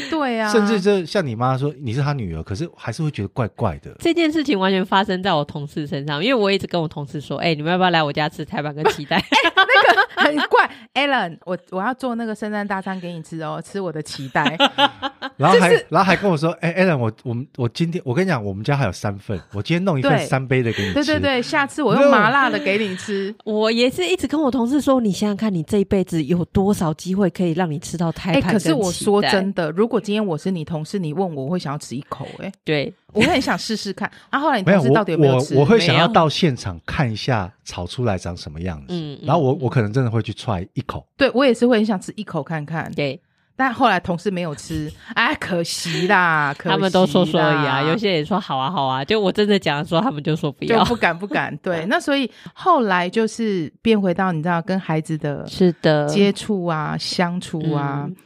Speaker 2: 对啊，
Speaker 1: 甚至这像你妈说你是她女儿，可是还是会觉得怪怪的。
Speaker 3: 这件事情完全发生在我同事身上，因为我一直跟我同事说：“哎、你们要不要来我家吃胎盘跟脐带？”
Speaker 2: 很怪。Alan，我我要做那个圣诞大餐给你吃哦，吃我的 脐带。
Speaker 1: 然后还
Speaker 2: 就是
Speaker 1: 然后还跟我说，哎、a l a n 我我们我今天我跟你讲，我们家还有三份，我今天弄一份
Speaker 2: 对
Speaker 1: 三杯的给你吃。
Speaker 2: 对对对，下次我用麻辣的给你 吃。
Speaker 3: 我也是一直跟我同事说，你想想看，你这一辈子有多少机会可以让你吃到胎
Speaker 2: 哎、
Speaker 3: 盘、
Speaker 2: 可是我说，真的，如果今天我是你同事，你问我，我会想要吃一口、哎，
Speaker 3: 对，
Speaker 2: 我会很想试试看。啊，后来你
Speaker 1: 没有
Speaker 2: 同事
Speaker 1: 我
Speaker 2: 到底有没有
Speaker 1: 我
Speaker 2: 吃？
Speaker 1: 我会
Speaker 3: 没
Speaker 1: 想要
Speaker 3: 有
Speaker 1: 到现场看一下炒出来长什么样子，
Speaker 3: 嗯嗯
Speaker 1: 然后我我可能真的会去踹一口。
Speaker 2: 对我也是会很想吃一口看看。
Speaker 3: 对，
Speaker 2: 但后来同事没有吃，哎，可惜啦，可惜啦
Speaker 3: 他们都说说而已啊，有些也说好啊好啊，就我真的讲的时候，他们就说不
Speaker 2: 就
Speaker 3: 要。
Speaker 2: 不敢不敢。对，那所以后来就是变回到你知道跟孩子的
Speaker 3: 是的
Speaker 2: 接触啊、相处啊，
Speaker 3: 嗯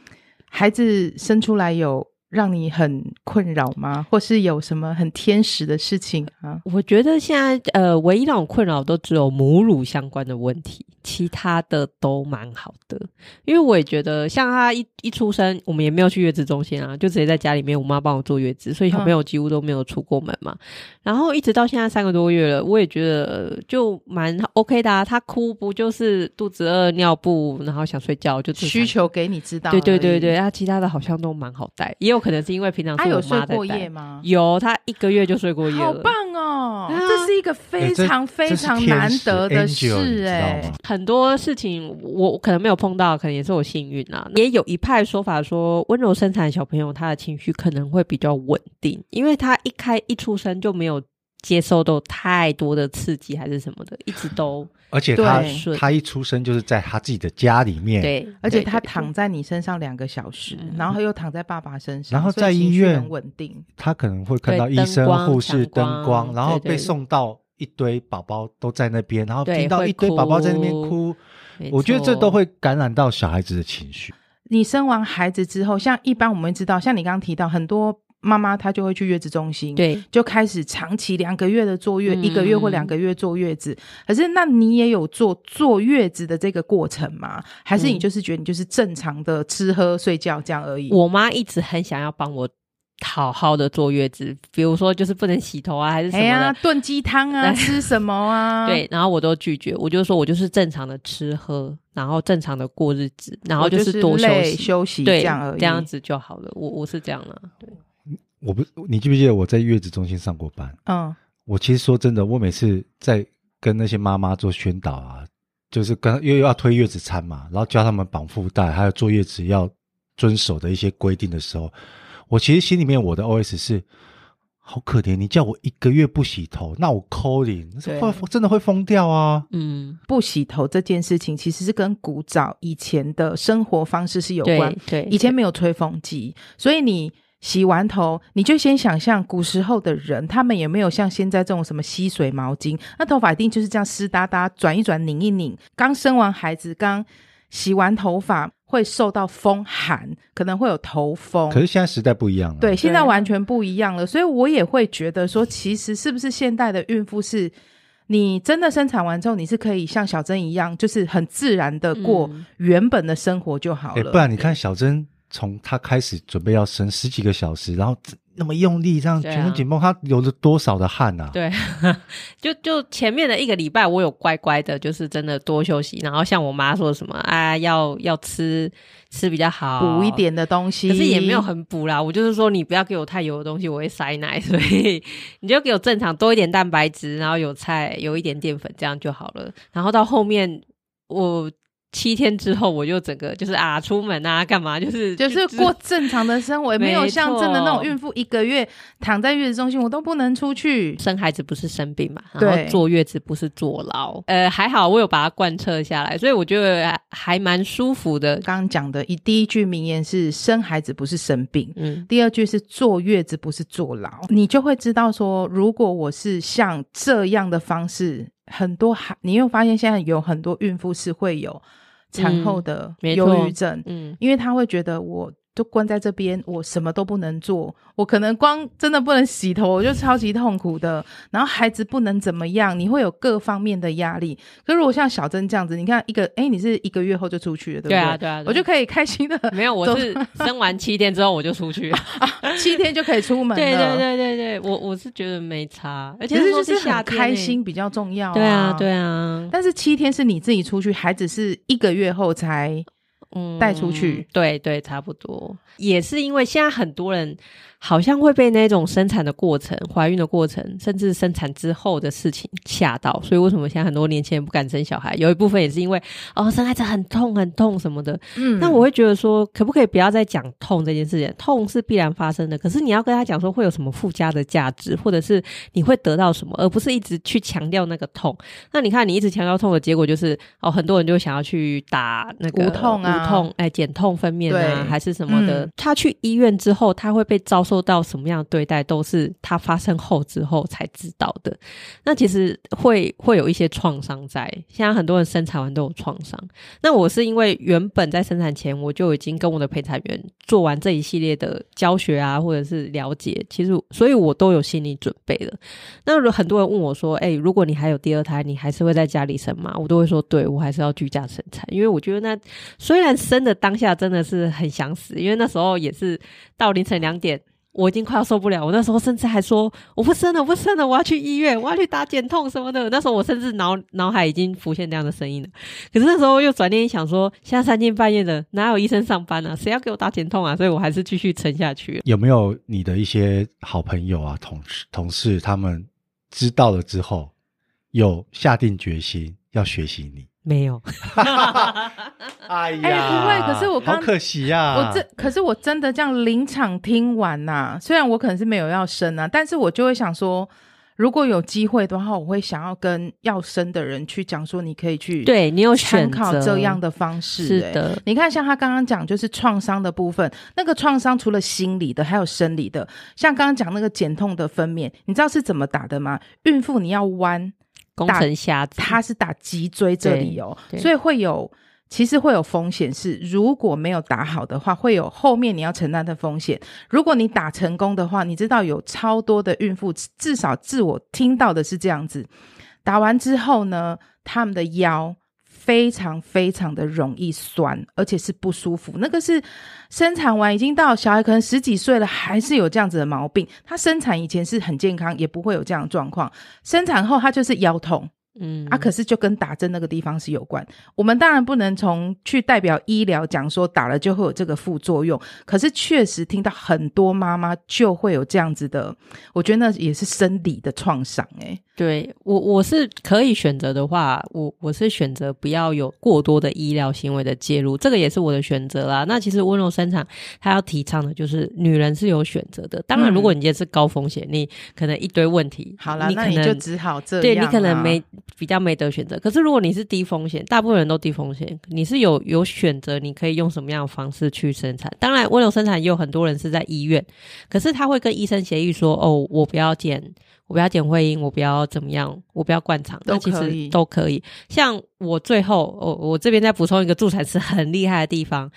Speaker 2: 孩子生出来有让你很困扰吗？或是有什么很天使的事情啊？
Speaker 3: 我觉得现在呃，唯一让我困扰都只有母乳相关的问题，其他的都蛮好的。因为我也觉得，像他一一出生，我们也没有去月子中心啊，就直接在家里面，我妈帮我坐月子，所以小朋友几乎都没有出过门嘛。然后一直到现在三个多月了，我也觉得呃就蛮 OK 的、啊。他哭不就是肚子饿、尿布，然后想睡觉，就正常
Speaker 2: 需。求给你知道，
Speaker 3: 对对对对，。他、其他的好像都蛮好带，也有可能是因为平常
Speaker 2: 他
Speaker 3: 是我
Speaker 2: 啊有睡
Speaker 3: 妈在
Speaker 2: 过
Speaker 3: 带
Speaker 2: 夜吗？
Speaker 3: 有，他一个月就睡过夜了，
Speaker 2: 好棒哦！
Speaker 3: 对啊
Speaker 2: 这是一个非常
Speaker 1: 哎这
Speaker 2: 非常难得的事
Speaker 1: 哎、
Speaker 2: 哎、
Speaker 1: 你知道吗
Speaker 3: 很多事情我我可能没有碰到，可能也是我幸运啊。也有一派说法说，温柔生产的小朋友他的情绪可能会比较稳定，因为他一开一出生就没有接受到太多的刺激还是什么的，一直 都
Speaker 1: 而且他
Speaker 2: 对
Speaker 3: 顺
Speaker 1: 他一出生就是在他自己的家里面，
Speaker 3: 对，
Speaker 2: 而且
Speaker 3: 对
Speaker 2: 他
Speaker 3: 对
Speaker 2: 躺在你身上两个小时
Speaker 3: 嗯，
Speaker 2: 然后又躺在爸爸身上，
Speaker 1: 然后
Speaker 2: 所以
Speaker 1: 在
Speaker 2: 情绪
Speaker 1: 医院
Speaker 2: 很稳定。
Speaker 1: 他可能会看到
Speaker 3: 对
Speaker 1: 医生
Speaker 3: 灯、光
Speaker 1: 护士、
Speaker 3: 强光
Speaker 1: 灯光，然后
Speaker 3: 对对
Speaker 1: 被送到一堆宝宝都在那边，然后
Speaker 3: 对
Speaker 1: 听到
Speaker 3: 会
Speaker 1: 一堆宝宝在那边
Speaker 3: 哭
Speaker 1: 哭，
Speaker 3: 没
Speaker 1: 我觉得这
Speaker 3: 错
Speaker 1: 都会感染到小孩子的情绪。
Speaker 2: 你生完孩子之后，像一般我们知道，像你刚刚提到，很多妈妈她就会去月子中心，，
Speaker 3: 对
Speaker 2: 就开始长期两个月的坐月，一个月或
Speaker 3: 嗯
Speaker 2: 两个月坐月子。可是，那你也有坐坐月子的这个过程吗？还是你
Speaker 3: 嗯
Speaker 2: 就是觉得你就是正常的吃喝睡觉这样而已？
Speaker 3: 我妈一直很想要帮我好好的坐月子，比如说就是不能洗头啊，还是什
Speaker 2: 哎
Speaker 3: 么的
Speaker 2: 呀，炖鸡汤啊，
Speaker 3: 对
Speaker 2: 吃什么啊？
Speaker 3: 对，，然后我都拒绝，我就说我就是正常的吃喝，然后正常的过日子，然后
Speaker 2: 我就是
Speaker 3: 多休
Speaker 2: 累
Speaker 3: 息，
Speaker 2: 休息
Speaker 3: 对，
Speaker 2: 这样而已。
Speaker 3: 这样子就好了。我我是这样的、对，
Speaker 1: 我不，你记不记得我在月子中心上过班？
Speaker 2: 嗯，
Speaker 1: 我其实说真的，我每次在跟那些妈妈做宣导啊，就是跟又要推月子餐嘛，然后教他们绑腹带，还有坐月子要遵守的一些规定的时候，我其实心里面我的 OS 是：好可怜，你叫我一个月不洗头，那我扣你，
Speaker 2: 对
Speaker 1: 会真的会疯掉啊！
Speaker 3: 嗯，
Speaker 2: 不洗头这件事情其实是跟古早以前的生活方式是有
Speaker 3: 对
Speaker 2: 关。
Speaker 3: 对，
Speaker 2: 以前没有吹风机，所以你洗完头，你就先想象古时候的人，他们也没有像现在这种什么吸水毛巾，那头发一定就是这样湿哒哒，转一转，拧一拧。刚生完孩子，刚洗完头发会受到风寒，可能会有头风。
Speaker 1: 可是现在时代不一样了，哎
Speaker 2: 对，现在
Speaker 3: 嗯对
Speaker 2: 完全不一样了，所以我也会觉得说，其实是不是现代的孕妇是，你真的生产完之后，你是可以像小珍一样，就是很自然的过
Speaker 3: 嗯
Speaker 2: 原本的生活就好
Speaker 1: 哎、
Speaker 2: 了。
Speaker 1: 不然你看小珍从她开始准备要生十几个小时，然后那么用力这样
Speaker 3: 对
Speaker 1: 全
Speaker 3: 啊
Speaker 1: 身紧绷，她流了多少的汗啊！
Speaker 3: 对，就就前面的一个礼拜，我有乖乖的，就是真的多休息，然后像我妈说什么啊，要要吃吃比较好，
Speaker 2: 补一。点的东西，
Speaker 3: 可是也没有很补啦，我就是说你不要给我太油的东西，我会塞奶， 所以你就给我正常多一点蛋白质，然后有菜，有一点淀粉，这样就好了。然后到后面我七天之后，我就整个就是啊，出门啊，干嘛，就是
Speaker 2: 就是
Speaker 3: 就
Speaker 2: 过正常的生活，也没有像真的那种孕妇一个月躺在月子中心，我都不能出去。
Speaker 3: 生孩子不是生病嘛，
Speaker 2: 对
Speaker 3: 然后坐月子不是坐牢，呃，还好我有把它贯彻下来，所以我觉得还还蛮舒服的。
Speaker 2: 刚刚讲的一第一句名言是“生孩子不是生病”，
Speaker 3: 嗯，
Speaker 2: 第二句是“坐月子不是坐牢”，你就会知道说，如果我是像这样的方式，很多孩，你又发现现在有很多孕妇是会有产后的
Speaker 3: 嗯没错
Speaker 2: 忧郁症，
Speaker 3: 嗯，
Speaker 2: 因为她会觉得我。就关在这边，我什么都不能做，我可能光真的不能洗头，我就超级痛苦的。然后孩子不能怎么样，你会有各方面的压力。可是如果像小珍这样子，你看一个，哎、你是一个月后就出去了，对不
Speaker 3: 对
Speaker 2: 嗯对？
Speaker 3: 啊，对啊，对啊
Speaker 2: 我就可以开心的
Speaker 3: 没有，
Speaker 2: 走
Speaker 3: 我是生完七天之后我就出去了。
Speaker 2: 七天就可以出门了。
Speaker 3: 对对对对对，我我是觉得没差，而且
Speaker 2: 其实
Speaker 3: 说
Speaker 2: 就是
Speaker 3: 夏
Speaker 2: 很
Speaker 3: 天
Speaker 2: 开
Speaker 3: 欸。
Speaker 2: 心比较重要、
Speaker 3: 对啊，对
Speaker 2: 啊。
Speaker 3: 啊，
Speaker 2: 但是七天是你自己出去，孩子是一个月后才
Speaker 3: 嗯
Speaker 2: 带出去，
Speaker 3: 对对，差不多。也是因为现在很多人好像会被那种生产的过程、怀孕的过程，甚至生产之后的事情吓到，所以为什么现在很多年轻人不敢生小孩？有一部分也是因为哦，生孩子很痛、很痛什么的。
Speaker 2: 嗯
Speaker 3: 那我会觉得说，可不可以不要再讲痛这件事情？痛是必然发生的，可是你要跟他讲说会有什么附加的价值，或者是你会得到什么，而不是一直去强调那个痛。那你看，你一直强调痛的结果就是，哦，很多人就想要去打那个
Speaker 2: 无痛啊
Speaker 3: 无痛，哎，减痛分娩啊
Speaker 2: 对，
Speaker 3: 还是什么的。
Speaker 2: 嗯
Speaker 3: 他去医院之后，他会被遭受到什么样的对待，都是他发生后之后才知道的。那其实会会有一些创伤在。现在很多人生产完都有创伤。那我是因为原本在生产前，我就已经跟我的陪产员做完这一系列的教学啊，或者是了解，其实所以我都有心理准备了。那如果很多人问我说：“哎、如果你还有第二胎，你还是会在家里生吗？”我都会说：“对，我还是要居家生产，因为我觉得那虽然生的当下真的是很想死，因为那时候也是到凌晨两点。”我已经快要受不了，我那时候甚至还说我不生了，我不生了，我要去医院，我要去打减痛什么的。那时候我甚至脑脑海已经浮现那样的声音了。可是那时候又转念一想说，现在三更半夜的，哪有医生上班啊？谁要给我打减痛啊？所以我还是继续撑下去了。
Speaker 1: 有没有你的一些好朋友啊、同事、同事，他们知道了之后，有下定决心要学习你？
Speaker 3: 没有，
Speaker 1: 哎呀
Speaker 2: 哎不会可是我刚
Speaker 1: 好可惜啊哎呀、
Speaker 2: 我这可是我啊真的这样临场听完呐、虽然我可能是没有要生啊，但是我就会想说，如果有机会的话，我会想要跟要生的人去讲说，你可以去
Speaker 3: 对你有
Speaker 2: 参
Speaker 3: 选
Speaker 2: 考
Speaker 3: 择
Speaker 2: 这样的方式、
Speaker 3: 是
Speaker 2: 哎
Speaker 3: 的，
Speaker 2: 你看，像他刚刚讲，就是创伤的部分，那个创伤除了心理的，还有生理的。像刚刚讲那个减痛的分娩，你知道是怎么打的吗？孕妇你要弯，
Speaker 3: 工
Speaker 2: 大
Speaker 3: 程瞎子，
Speaker 2: 它是打脊椎这里哦，
Speaker 3: 嗯对对
Speaker 2: 所以会有。其实会有风险是，如果没有打好的话，会有后面你要承担的风险。如果你打成功的话，你知道有超多的孕妇，至少自我听到的是这样子，打完之后呢，他们的腰非常非常的容易酸，而且是不舒服。那个是生产完已经到小孩可能十几岁了，还是有这样子的毛病。他生产以前是很健康，也不会有这样的状况。生产后他就是腰痛
Speaker 3: 嗯
Speaker 2: 啊，可是就跟打针那个地方是有关。我们当然不能从去代表医疗讲说打了就会有这个副作用，可是确实听到很多妈妈就会有这样子的，我觉得那也是生理的创伤哎、欸
Speaker 3: 对我我是可以选择的话，我我是选择不要有过多的医疗行为的介入，这个也是我的选择啦。那其实温柔生产，它要提倡的就是女人是有选择的。当然，
Speaker 2: 嗯
Speaker 3: 如果你今天是高风险，你可能一堆问题，
Speaker 2: 好啦，
Speaker 3: 你
Speaker 2: 那
Speaker 3: 可
Speaker 2: 你就
Speaker 3: 能。
Speaker 2: 只好这样、啊
Speaker 3: 对你可能没。比较没得选择，可是如果你是低风险，大部分人都低风险，你是有有选择，你可以用什么样的方式去生产。当然，温柔生产也有很多人是在医院，可是他会跟医生协议说：“哦，我不要剪，我不要剪会阴，我不要怎么样，我不要灌肠。”
Speaker 2: 都
Speaker 3: 那其
Speaker 2: 可
Speaker 3: 实
Speaker 2: 以
Speaker 3: 都可以。像我最后，我、我这边再补充一个助产师很厉害的地方，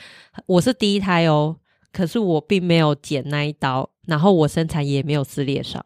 Speaker 3: 我是第一胎哦，可是我并没有剪那一刀，然后我生产也没有撕裂伤。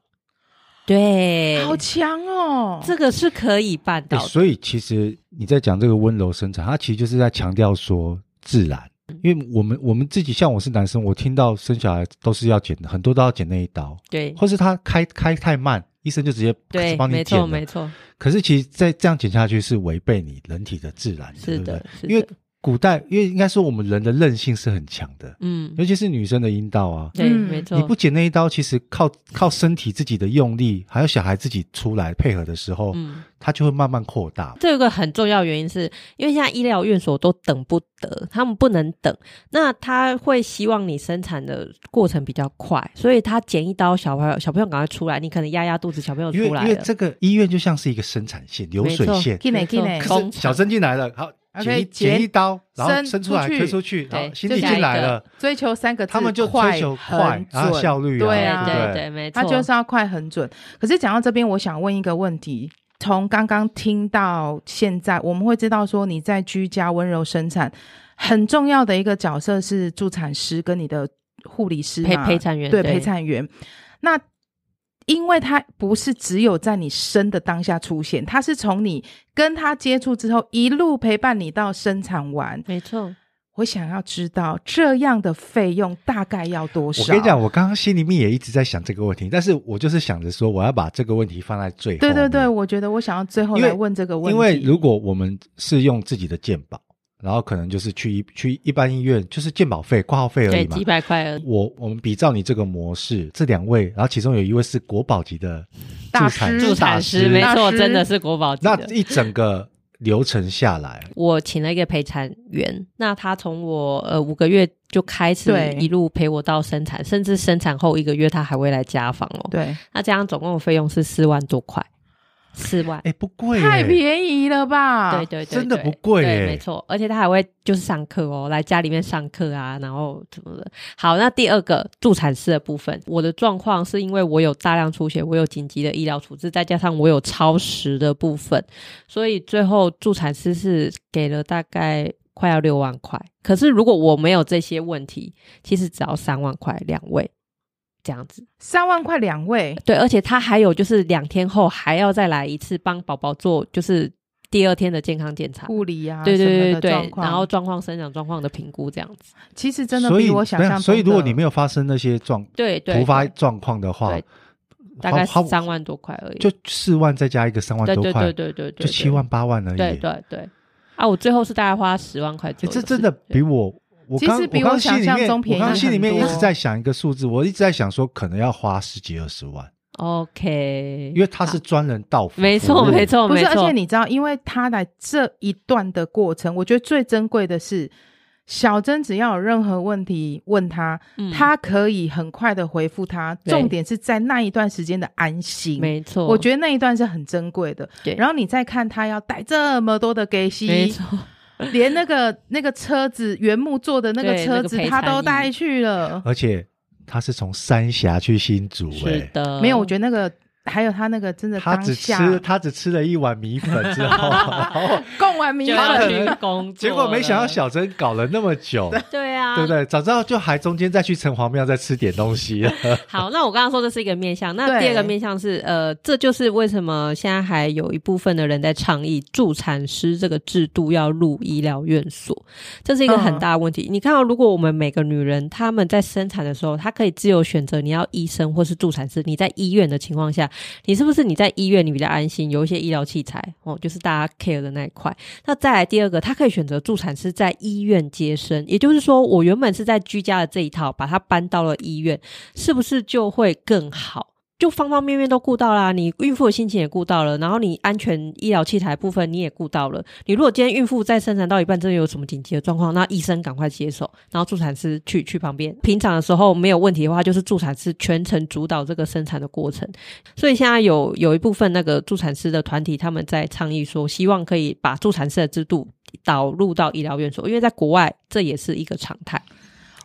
Speaker 3: 对，
Speaker 2: 好强哦！
Speaker 3: 这个是可以办
Speaker 1: 欸
Speaker 3: 到的。
Speaker 1: 所以其实你在讲这个温柔生产，它其实就是在强调说自然。因为我们我们自己像我是男生，我听到生小孩都是要剪的，很多都要剪那一刀，
Speaker 3: 对
Speaker 1: 或是他开开太慢，医生就直接
Speaker 3: 对，
Speaker 1: 哦帮你
Speaker 3: 没
Speaker 1: 剪
Speaker 3: 错
Speaker 1: 了。
Speaker 3: 没错，
Speaker 1: 可是其实再这样剪下去是违背你人体的自然的，
Speaker 3: 是
Speaker 1: 对不
Speaker 3: 的
Speaker 1: 对？，
Speaker 3: 是
Speaker 1: 因为
Speaker 3: 的，
Speaker 1: 古代，因为应该说我们人的韧性是很强的，
Speaker 3: 嗯，
Speaker 1: 尤其是女生的阴道啊，
Speaker 3: 对，
Speaker 2: 嗯
Speaker 3: 没
Speaker 1: 你
Speaker 3: 错
Speaker 1: 不，剪那一刀，其实靠靠身体自己的用力，还有小孩自己出来配合的时候，
Speaker 3: 嗯。
Speaker 1: 它就会慢慢扩大。
Speaker 3: 这有个很重要原因是，因为现在医疗院所都等不得，他们不能等，那他会希望你生产的过程比较快，所以他剪一刀，小朋友小朋友赶快出来，你可能压压肚子，小朋友
Speaker 1: 因为
Speaker 3: 出
Speaker 1: 因
Speaker 3: 来
Speaker 1: 为
Speaker 3: 了，
Speaker 1: 这个医院就像是一个生产线、流水线，
Speaker 2: 进来
Speaker 3: 没错
Speaker 2: 进来
Speaker 1: 可
Speaker 3: 工
Speaker 1: 是小生进来了，好
Speaker 2: OK，
Speaker 1: 剪一
Speaker 2: 剪
Speaker 1: 剪一刀，然后
Speaker 2: 伸
Speaker 1: 生出来
Speaker 2: 出去
Speaker 1: 推出去，
Speaker 3: 对
Speaker 1: 然后心
Speaker 2: 就
Speaker 1: 力
Speaker 2: 下
Speaker 1: 进
Speaker 2: 一
Speaker 1: 来
Speaker 3: 个
Speaker 1: 了，
Speaker 2: 追求三个字，
Speaker 1: 他们就
Speaker 2: 快
Speaker 1: 追求快
Speaker 2: 很，
Speaker 1: 然后
Speaker 2: 准
Speaker 1: 效率
Speaker 2: 对
Speaker 1: 啊，
Speaker 2: 啊
Speaker 1: 对
Speaker 3: 对
Speaker 1: 不对。
Speaker 3: 对，没错，
Speaker 2: 他就是要快很准。可是讲到这边，我想问一个问题：从刚刚听到现在，我们会知道说你在居家温柔生产很重要的一个角色是助产师跟你的护理师
Speaker 3: 陪
Speaker 2: 嘛
Speaker 3: 陪产员
Speaker 2: 对陪产员。那因为他不是只有在你生的当下出现，他是从你跟他接触之后一路陪伴你到生产完。
Speaker 3: 没错，
Speaker 2: 我想要知道这样的费用大概要多少？
Speaker 1: 我跟你讲，，我刚刚心里面也一直在想这个问题，但是我就是想着说，我要把这个问题放在最后。嗯
Speaker 2: 对对对，，我觉得我想要最后
Speaker 1: 因为
Speaker 2: 来问这个问题，
Speaker 1: 因为如果我们是用自己的健保，然后可能就是去一去一般医院，就是健保费、挂号费而
Speaker 3: 对
Speaker 1: 已嘛
Speaker 3: 几。百块而已，
Speaker 1: 我我们比照你这个模式，这两位，然后其中有一位是国宝级的
Speaker 2: 大
Speaker 1: 助产
Speaker 2: 师
Speaker 3: 助产师没
Speaker 2: 大
Speaker 3: 错，
Speaker 2: 师
Speaker 3: 真的是国宝级
Speaker 1: 那
Speaker 3: 的。
Speaker 1: 一整个流程下来，
Speaker 3: 我请了一个陪产员，那他从我呃五个月就开始
Speaker 2: 对
Speaker 3: 一路陪我到生产，甚至生产后一个月他还会来家访哦。
Speaker 2: 对，
Speaker 3: 那这样总共的费用是四万多块，四万。
Speaker 1: 哎，不贵耶，
Speaker 2: 太便宜了吧？
Speaker 3: 对对对，
Speaker 1: 啊真的
Speaker 3: 对
Speaker 1: 不贵耶
Speaker 3: 对，没错，而且他还会就是上课哦，来家里面上课啊，然后怎么的。好，那第二个助产士的部分，我的状况是因为我有大量出血，我有紧急的医疗处置，再加上我有超时的部分，所以最后助产师是给了大概。快要六万块，可是如果我没有这些问题，其实只要三万块两位这样子。
Speaker 2: 三万块两位，
Speaker 3: 对，而且他还有就是两天后还要再来一次帮宝宝做，就是第二天的健康检查。
Speaker 2: 护理啊，
Speaker 3: 对对
Speaker 2: 什
Speaker 3: 对
Speaker 2: 么的
Speaker 3: 对
Speaker 2: 状
Speaker 3: 对，
Speaker 2: 况
Speaker 3: 然后状况生长状况的评估这样子。
Speaker 2: 其实真的
Speaker 1: 所以
Speaker 2: 比我想
Speaker 1: 没有
Speaker 2: 象中
Speaker 1: 所以如果你没
Speaker 2: 有
Speaker 1: 有发生那些状
Speaker 3: 对对，
Speaker 1: 突发
Speaker 3: 对
Speaker 1: 状况的话
Speaker 3: 对，大概
Speaker 1: 花花
Speaker 3: 三万多块而已。
Speaker 1: 就四万再加一个三万
Speaker 3: 对
Speaker 1: 多
Speaker 3: 对
Speaker 1: 块
Speaker 3: 对，对对
Speaker 1: 就
Speaker 3: 对，
Speaker 1: 七万八万而已。
Speaker 3: 对。对对对，啊，我最后是大概花十万块
Speaker 1: 欸
Speaker 3: 左右。
Speaker 1: 这真的比我我
Speaker 2: 其
Speaker 1: 刚
Speaker 2: 实比
Speaker 1: 我刚
Speaker 2: 我想
Speaker 1: 心里
Speaker 2: 象
Speaker 1: 面，
Speaker 2: 中
Speaker 1: 我
Speaker 2: 便宜
Speaker 1: 刚心里面一
Speaker 2: 很
Speaker 1: 直
Speaker 2: 多
Speaker 1: 在想一个数字，我一直在想说可能要花十几二十万，
Speaker 3: OK，
Speaker 1: 因为他是专人到府服务，
Speaker 3: 没错没错
Speaker 2: 不
Speaker 3: 哦没
Speaker 2: 是，而
Speaker 3: 错
Speaker 2: 且，你知道，因为他来这一段的过程，我觉得最珍贵的是。小珍只要有任何问题问他，
Speaker 3: 嗯
Speaker 2: 他可以很快的回复他。
Speaker 3: 对
Speaker 2: 重点是在那一段时间的安心。
Speaker 3: 没错，
Speaker 2: 我觉得那一段是很珍贵的。
Speaker 3: 对
Speaker 2: 然后你再看他要带这么多的给息，
Speaker 3: 没错，
Speaker 2: 连那个那个车子原木做的那个
Speaker 3: 对
Speaker 2: 车
Speaker 3: 那个
Speaker 2: 子，
Speaker 3: 陪
Speaker 2: 他
Speaker 3: 餐
Speaker 2: 都
Speaker 3: 椅
Speaker 2: 带去了。
Speaker 1: 而且他是从三峡去新竹、
Speaker 3: 是
Speaker 1: 哎，
Speaker 3: 的，
Speaker 2: 没有，我觉得那个还有他那个真的
Speaker 1: 他
Speaker 2: 当
Speaker 1: 只
Speaker 2: 下
Speaker 1: 吃他只吃了一碗米粉之后，然后
Speaker 2: 供完米
Speaker 3: 就
Speaker 1: 他
Speaker 3: 要
Speaker 1: 可
Speaker 2: 粉，
Speaker 1: 能
Speaker 3: 去工作，
Speaker 1: 结果没想到，小珍搞了那么久，
Speaker 3: 对啊，
Speaker 1: 对不对？早知道就还中间再去城隍庙再吃点东西了。
Speaker 3: 好，那我刚刚说这是一个面向，那
Speaker 2: 对
Speaker 3: 第二个面向是呃，这就是为什么现在还有一部分的人在倡议助产师这个制度要入医疗院所，这是一个很大的问题。你看到，如果我们每个女人她们在生产的时候，她可以自由选择你要医生或是助产师，你在医院的情况下，你是不是你在医院你比较安心？有一些医疗器材哦，就是大家 care 的那一块。那再来第二个，她可以选择助产师在医院接生，也就是说，我原本是在居家的这一套，把它搬到了医院，是不是就会更好？就方方面面都顾到啦，你孕妇的心情也顾到了，然后你安全医疗器材部分你也顾到了。你如果今天孕妇在生产到一半真的有什么紧急的状况，那医生赶快接手，然后助产师去去旁边。平常的时候没有问题的话，就是助产师全程主导这个生产的过程。所以现在有有一部分那个助产师的团体，他们在倡议说，希望可以把助产师的制度导入到医疗院所，因为在国外这也是一个常态。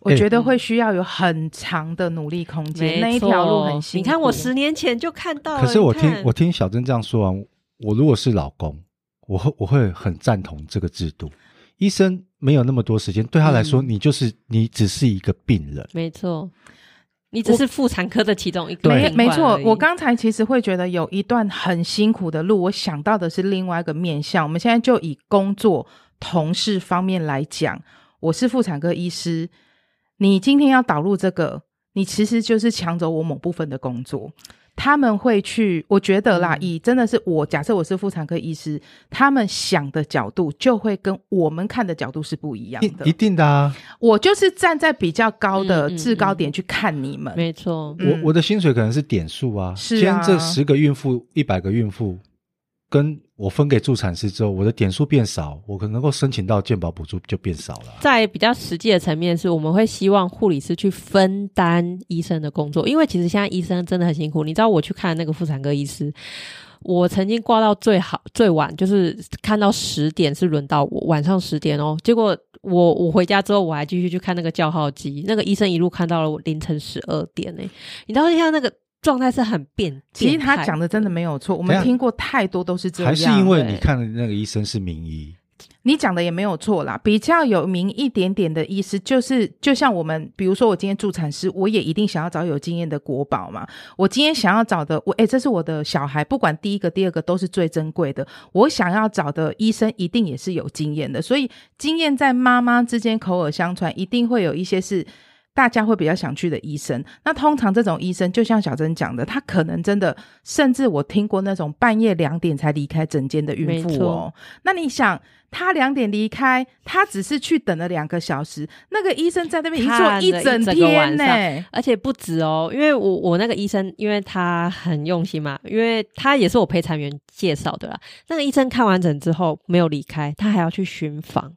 Speaker 2: 我觉
Speaker 3: 哎嗯
Speaker 2: 得会需要有很长的努力空间，那一条路很辛
Speaker 3: 你
Speaker 2: 苦。
Speaker 3: 看我十年前就看到了，
Speaker 1: 可是我听
Speaker 3: 哦你看
Speaker 1: 我听小珍这样说完，我如果是老公，我会我会很赞同这个制度。医生没有那么多时间，对他来说，
Speaker 3: 嗯
Speaker 1: 你就是你只是一个病人。
Speaker 3: 没错，你只是妇产科的其中一个
Speaker 2: 没
Speaker 3: 病
Speaker 2: 没
Speaker 3: 患
Speaker 2: 错
Speaker 3: 而，已
Speaker 2: 我刚才其实会觉得有一段很辛苦的路，我想到的是另外一个面向。我们现在就以工作同事方面来讲，我是妇产科医师，你今天要导入这个，你其实就是抢走我某部分的工作。他们会去，我觉得啦，
Speaker 3: 嗯
Speaker 2: 以真的是我假设我是妇产科医师，他们想的角度就会跟我们看的角度是不一样
Speaker 1: 一
Speaker 2: 的
Speaker 1: 一。定的啊，
Speaker 2: 我就是站在比较高的
Speaker 3: 嗯嗯
Speaker 2: 制高
Speaker 3: 嗯
Speaker 2: 点去看你们，
Speaker 3: 没错，
Speaker 2: 嗯
Speaker 1: 我我的薪水可能是点数啊。
Speaker 2: 是啊
Speaker 1: 今天这十个孕妇、一百个孕妇，跟我分给助产师之后，我的点数变少，我可能够申请到健保补助就变少了啊。
Speaker 3: 在比较实际的层面是，我们会希望护理师去分担医生的工作，因为其实现在医生真的很辛苦。你知道我去看那个妇产科医师，我曾经挂到最好最晚，就是看到十点是轮到我，晚上十点哦。结果我我回家之后，我还继续去看那个叫号机，那个医生一路看到了我凌晨十二点呢、你知道现在那个状态是很变，
Speaker 2: 其实他
Speaker 3: 变态
Speaker 2: 讲的真的没有错，我
Speaker 1: 等一
Speaker 2: 们
Speaker 1: 下
Speaker 2: 听过太多都是这样。
Speaker 1: 啊还是因为
Speaker 3: 对
Speaker 1: 你看的那个医生是名医，
Speaker 2: 你讲的也没有错啦，比较有名一点点的意思就是，就像我们，比如说我今天助产师，我也一定想要找有经验的国宝嘛。我今天想要找的，我诶、这是我的小孩，不管第一个、第二个都是最珍贵的。我想要找的医生一定也是有经验的，所以经验在妈妈之间口耳相传，一定会有一些是。大家会比较想去的医生，那通常这种医生，就像小珍讲的，他可能真的，甚至我听过那种半夜两点才离开诊间的孕妇
Speaker 3: 没
Speaker 2: 哦
Speaker 3: 错。
Speaker 2: 那你想，他两点离开，他只是去等了两个小时，那个医生在那边已经坐
Speaker 3: 看了一
Speaker 2: 整
Speaker 3: 整个
Speaker 2: 天
Speaker 3: 晚
Speaker 2: 呢、
Speaker 3: 而且不止哦，因为我我那个医生，因为他很用心嘛，因为他也是我陪产员介绍的啦。那个医生看完诊之后没有离开，他还要去巡房，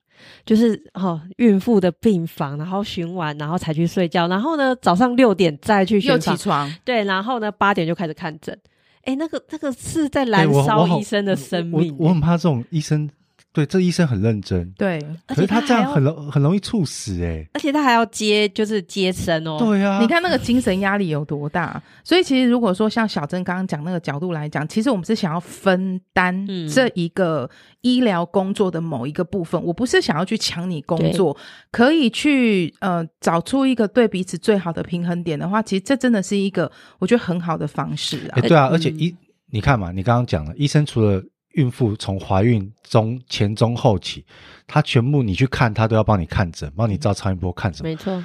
Speaker 3: 就是哦孕妇的病房，然后巡完，然后才去睡觉，然后呢早上六点再去
Speaker 2: 又
Speaker 3: 巡
Speaker 2: 起
Speaker 3: 房，
Speaker 2: 床，
Speaker 3: 对，然后呢八点就开始看诊。哎，那个那个是在
Speaker 1: 哎
Speaker 3: 燃
Speaker 1: 我我
Speaker 3: 烧
Speaker 1: 好
Speaker 3: 医生的生命欸
Speaker 1: 我我我很怕这种医生，对这医生很认真，
Speaker 2: 对，
Speaker 1: 可
Speaker 3: 而且
Speaker 1: 是他
Speaker 3: 他
Speaker 1: 这
Speaker 3: 还
Speaker 1: 样
Speaker 3: 要
Speaker 1: 很容很容易猝死哎、
Speaker 3: 而且他还要接就是接生哦，
Speaker 1: 对啊，
Speaker 2: 你看那个精神压力有多大。所以其实如果说像小珍刚刚讲那个角度来讲，其实我们是想要分担
Speaker 3: 嗯
Speaker 2: 这一个医疗工作的某一个部分。我不是想要去抢你工作，可以去呃找出一个对彼此最好的平衡点的话，其实这真的是一个我觉得很好的方式啊
Speaker 1: 哎、。对啊，
Speaker 3: 嗯
Speaker 1: 而且医、你看嘛，你刚刚讲了，医生除了孕妇从怀孕中前中后期，他全部你去看，他都要帮你看诊，帮你照超音波看什么。
Speaker 3: 没错，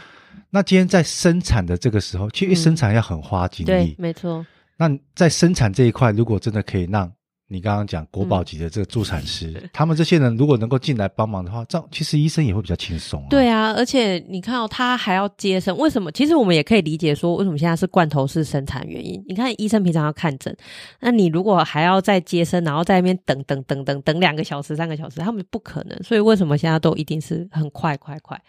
Speaker 1: 那今天在生产的这个时候，其实
Speaker 3: 嗯
Speaker 1: 生产要很花精
Speaker 3: 对
Speaker 1: 力，。
Speaker 3: 没错，
Speaker 1: 那在生产这一块，如果真的可以让你刚刚讲国
Speaker 3: 嗯
Speaker 1: 宝级的这个助产师，他们这些人如果能够进来帮忙的话，这样其实医生也会比较轻松、啊。
Speaker 3: 对啊，而且你看哦，他还要接生，为什么？其实我们也可以理解说，为什么现在是罐头式生产原因。你看医生平常要看诊，那你如果还要再接生，然后在那边等等等等等两个小时、三个小时，他们不可能。所以为什么现在都一定是很快快快？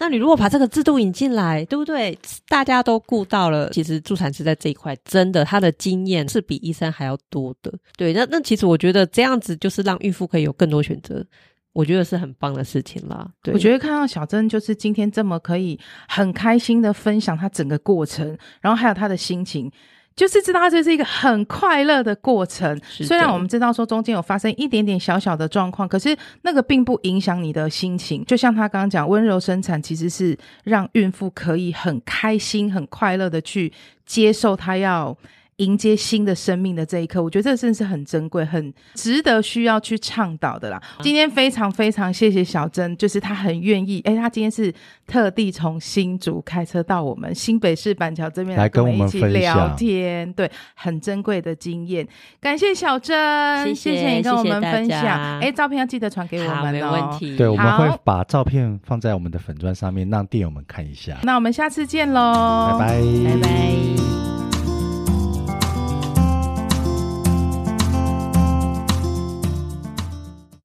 Speaker 3: 那你如果把这个制度引进来，对不对？大家都顾到了，其实助产师在这一块真的他的经验是比医生还要多的。对，那那其实我觉得这样子就是让孕妇可以有更多选择，我觉得是很棒的事情啦。对，
Speaker 2: 我觉
Speaker 3: 得
Speaker 2: 得看到小珍就是今天这么可以很开心的分享她整个过程，然后还有她的心情，就是知道她这是一个很快乐的过程。
Speaker 3: 是的
Speaker 2: 虽然我们知道说中间有发生一点点小小的状况，可是那个并不影响你的心情。就像她刚刚讲，温柔生产其实是让孕妇可以很开心、很快乐的去接受她要。迎接新的生命的这一刻，我觉得这真是很珍贵、很值得需要去倡导的啦。
Speaker 1: 嗯
Speaker 2: 今天非常非常谢谢小珍，就是她很愿意，哎、她今天是特地从新竹开车到我们新北市板桥这边
Speaker 1: 来跟
Speaker 2: 我
Speaker 1: 我
Speaker 2: 一
Speaker 1: 们
Speaker 2: 起
Speaker 1: 分
Speaker 2: 聊
Speaker 1: 享
Speaker 2: 天，对，很珍贵的经验，感谢小珍，
Speaker 3: 谢
Speaker 2: 谢
Speaker 3: 谢
Speaker 2: 你跟我
Speaker 3: 谢谢
Speaker 2: 们
Speaker 3: 大
Speaker 2: 分
Speaker 3: 家
Speaker 2: 享，哎、照片要记得传给我
Speaker 3: 好，没
Speaker 2: 们哦、
Speaker 3: 问。题。
Speaker 1: 对，我们
Speaker 2: 好
Speaker 1: 会把照片放在我们的粉砖上面，让店友们看一下。
Speaker 2: 那我们下次见喽，
Speaker 1: 拜拜，
Speaker 3: 拜拜。